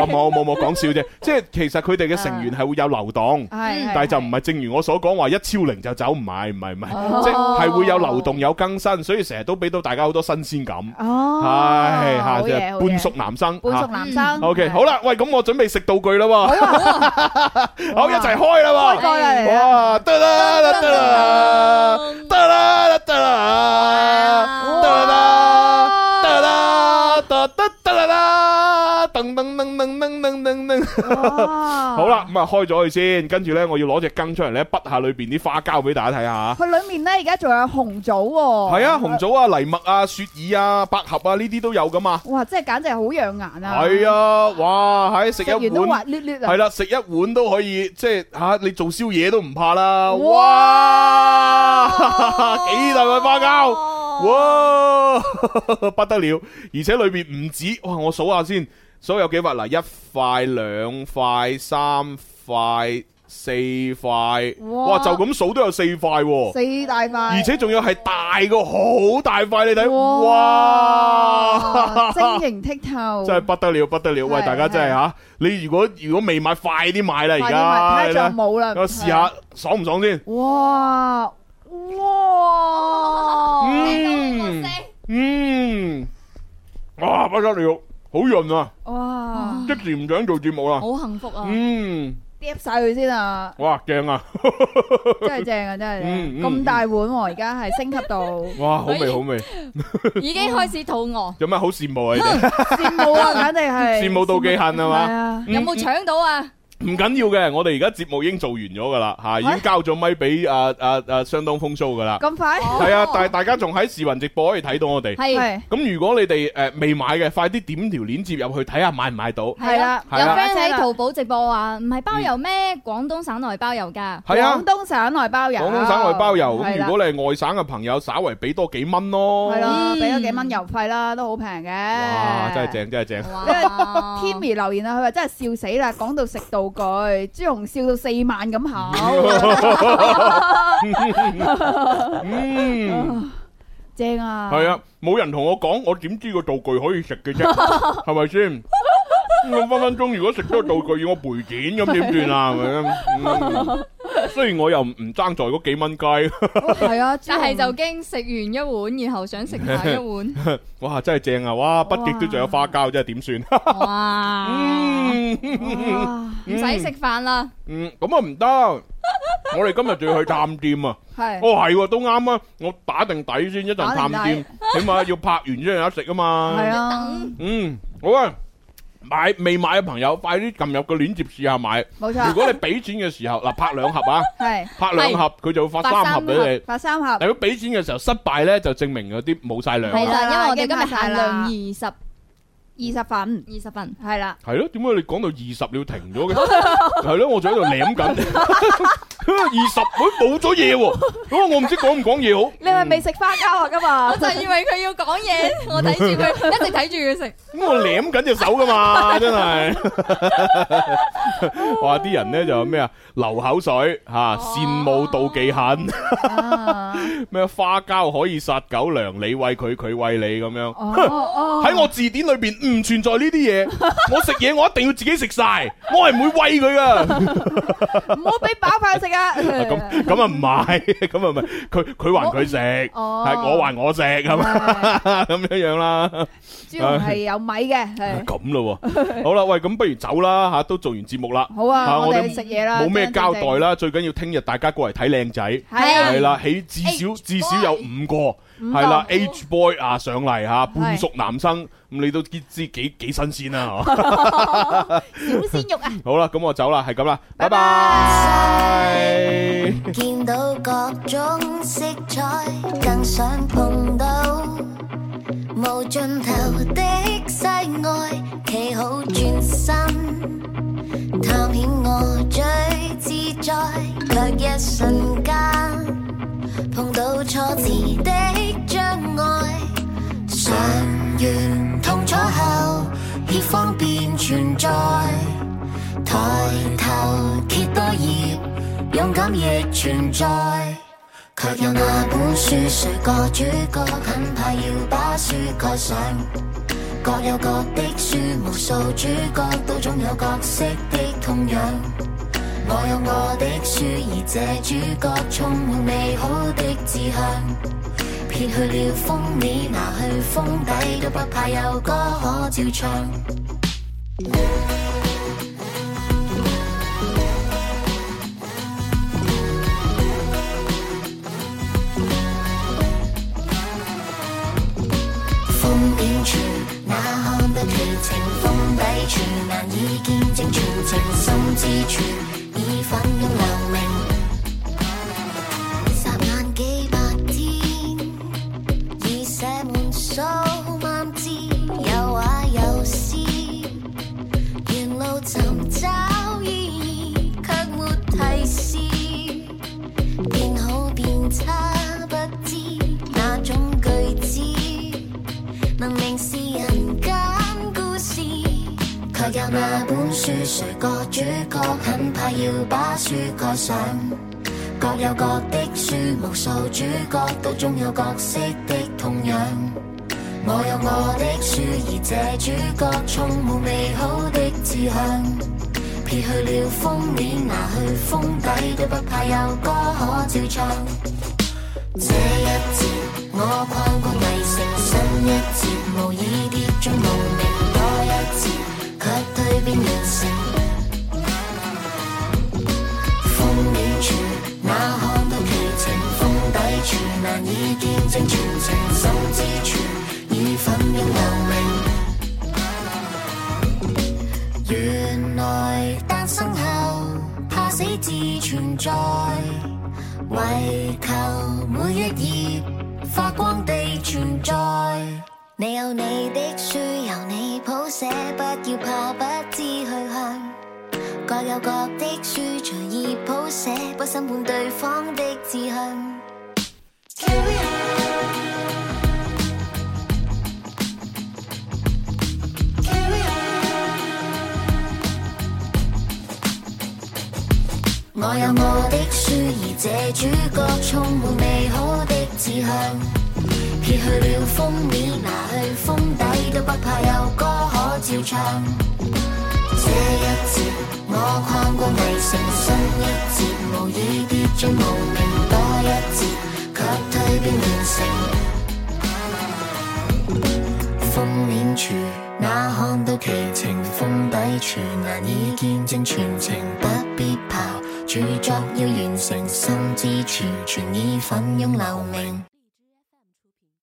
S3: 啊冇冇冇講笑啫，即係其實佢哋嘅成員係會有流動，
S5: 嗯係
S3: 但係就唔係正如我所講話一超齡就走，唔係唔係唔係，
S5: 哦
S3: 即係會有流動有更新，所以成日都俾到大家好多新鮮感。
S5: 哦
S3: 係嚇，
S5: 好
S3: 就
S5: 嘢
S3: 係
S5: 好嘢
S3: 半熟男生，
S5: 半熟男生啊
S3: O K，好啦，喂，咁我準備食道具啦喎， 好一齊開啦
S5: 開過嚟
S3: 喎，
S5: 啦
S3: 哇，得啦得啦得啦，得啦得啦得啦得啦得得得啦啦，噔噔噔噔噔噔噔噔，
S5: À.
S3: 好啦，咁啊開咗佢先，跟住咧我要攞隻羹出嚟咧，滗下裏邊啲花膠俾大家睇下。
S5: 佢裡面咧而家仲有紅棗喎。
S3: 係啊，紅棗啊、藜麥啊、雪耳啊、百合啊，呢啲都有噶嘛。
S5: 哇！真係簡直係好養眼啊！
S3: 係啊，哇！喺食
S5: 食完
S3: 一
S5: 都滑
S3: 碗，
S5: 捋捋啊！
S3: 係啦，食一碗都可以，即係吓你做宵夜都唔怕啦。哇
S5: 哇！
S3: 幾大塊花膠，
S5: 哦
S3: 哇！ 不得了，而且裏面唔止，哇！我數下先，數有幾塊嗱，一塊、兩塊、三塊、四塊，
S5: 哇
S3: 哇！就咁數都有四塊喎。
S5: 四大塊，
S3: 而且仲要係大個好大塊，你睇，
S5: 哇
S3: 哇！
S5: 晶瑩剔透，
S3: 真係不得了，不得了！喂，
S5: 係
S3: 大家真係
S5: 係
S3: 吓，你如果如果未買，快啲買啦！而
S5: 快啲買
S3: 家
S5: 睇下仲有冇啦
S3: 我試下爽唔爽先。
S5: 哇哇！
S3: 嗯嗯，哇，不得了，好潤啊！
S5: 哇，
S3: 即時唔想做節目啦。
S5: 哦好幸福啊
S3: 嗯，
S5: 嗒晒 佢先啊！
S3: 哇，正啊！
S5: 真係正啊，真係
S3: 嗯嗯
S5: 正咁大碗喎，而家係升級到，
S3: 哇，好
S5: 哎
S3: 味好味，
S6: 已經開始肚餓，
S3: 有咩好羨慕啊？你 哋
S5: 羨慕啊，簡直係
S3: 羨慕到極限係
S5: 係
S3: 嘛？
S5: 啊！
S6: 有冇搶到啊？
S3: 唔緊要嘅，我哋而家節目已經做完咗噶啦，吓已經交咗咪俾啊啊啊相當風騷噶啦。
S5: 咁快？
S3: 係啊，但係大家仲喺視頻直播可以睇到我哋。
S5: 係
S3: 咁如果你哋誒未買嘅，快啲點條鏈接入去睇下買唔買到。
S6: 係啦，有
S3: 係啊啦
S6: friend 喺淘寶直播話唔係包郵咩？廣東省內包郵㗎。
S3: 係啊廣
S5: 東省內包郵
S3: 廣東省內包郵，
S5: 係
S3: 咁如
S5: 啦
S3: 果你係外省嘅朋友，稍為俾多幾蚊咯。
S5: 係啦，俾咗幾蚊郵費啦，都好平
S3: 哇，
S5: 嘅。
S3: 真係正，真係正。
S5: 因為 Timmy 留言啊，佢話真係笑死啦，講到食道具，朱紅笑到四萬咁口，
S3: 嗯，
S5: 正啊！
S3: 系啊，冇人同我講，我點知個道具可以食嘅啫？ 係咪先？我分分鐘如果食咗個道具要我賠錢咁點算啊？係咪嗯雖然我又唔唔爭在嗰幾蚊雞，
S5: 係啊，
S6: 但係就驚食完一碗，然後想食下一碗，
S3: 哇真係正啊！哇，北極都仲有花膠，真係點算？
S6: 哇！唔使食飯啦，
S3: 嗯，咁啊唔得。我哋今日仲要去探店啊！
S6: 係
S3: 哦係喎，都啱啊！我打定底先，一陣
S6: 打
S3: 探
S6: 定
S3: 店，起碼要拍完先有得食啊嘛。
S5: 係啊，
S3: 嗯，好啊。買未買嘅朋友，快啲撳入個鏈接試下買。
S5: 冇錯
S3: 如果你俾錢嘅時候，嗱拍兩盒啊，
S5: 係
S3: 拍兩盒佢就會發三盒俾你。
S5: 發三
S3: 但
S5: 盒，
S3: 如果俾錢嘅時候失敗咧，就證明有啲冇晒啊量。
S6: 係啦，因為我哋今
S5: 已經拍
S6: 日
S5: 晒
S6: 限量
S5: 啦
S6: 二十二
S5: 十份，
S6: 二十份，
S5: 係啦。
S3: 係咯，點解你講到二十你要停咗嘅？係咯，我仲喺度舐緊。二十，會冇咗嘢喎。咁我唔知講唔講嘢好。
S5: 你係咪未食花膠啊？今日我
S6: 我就以為佢要講嘢，我睇 住佢，一直睇住佢食。
S3: 咁我舐緊隻手噶 嘛，真係。哇！啲人咧就咩啊，流口水
S5: 哦
S3: 吓，羨慕妒忌恨。
S5: 啊
S3: 咩花膠可以殺狗糧，你餵佢，佢餵你咁樣。
S5: 哦
S3: 喺我字典裏邊唔存在呢啲嘢。我食嘢我一定要自己食晒，我係唔會餵佢噶。
S5: 唔好俾飽飯食啊！
S3: 咁 咁啊唔係， 咁啊唔係，佢佢還佢食，係
S5: 哦
S3: 我還我食咁啊 咁樣樣啦。
S5: 朱紅係有米嘅，係
S3: 啊咁咯喎，好啦，喂，咁不如走啦吓，都做完節目啦。
S5: 好啊我哋
S3: 哋
S5: 食嘢啦
S3: 冇咩
S5: 真係
S3: 交
S5: 正
S3: 代啦，最緊要聽日大家過嚟睇靚仔，
S5: 係
S3: 係啦，起至少至少有五個，
S5: 五
S3: 係啦
S5: 個嗯
S3: ，H boy 啊上嚟吓，半熟男生，咁你都知知幾幾新鮮 啦，係嘛
S5: 小鮮肉啊！
S3: 好啦，咁我走啦，係咁啦，拜拜。
S15: 見到各種色彩，更想碰到無盡頭的世外，企好轉身，探險我最自在，卻一瞬間碰到挫折的障礙，常完痛楚後，怯方便存在，抬頭揭多頁。勇敢亦存在。卻有那本書，誰個主角很怕要把書蓋上。各有各的書，無數主角都總有角色的痛癢。我有我的書，而這主角充滿美好的志向。撇去了封面，拿去封底，都不怕有歌可照唱。封面全那看不全，情封底全難以見證全情心之處，以奮勇留名。霎眼幾百天，已寫滿數萬字，有畫有詩，沿路尋找意義，卻沒提示。變好變差不知那種句子，能明是人間故事，卻有那本書，誰個主角很怕要把書蓋上。各有各的書，無數主角都總有角色的痛癢。我有我的書，而這主角充滿美好的志向。撇去了封面，拿去封底，都不怕有歌可照唱。這一節我跨過危城，新一節無意跌進無名，多一節卻對變完成。封面處那看到奇情，封底處難以見證全情，心之處以奮勇留名。原來誕生後怕死至存在，為求每一頁發光地存在。你有你的書，由你譜寫，不要怕不知去向。各有各的書，隨意譜寫，不審判對方的志向。我有我的書，而這主角充滿美好的志向。撇去去了封面，拿去封底都不怕有歌可照唱。這一節我跨過危城，新一節無語跌進無名，多一節卻退變完成。封面處那看到其情，封底處難以見證全程，不必刨。著作要完成，心之處全以奮勇留名。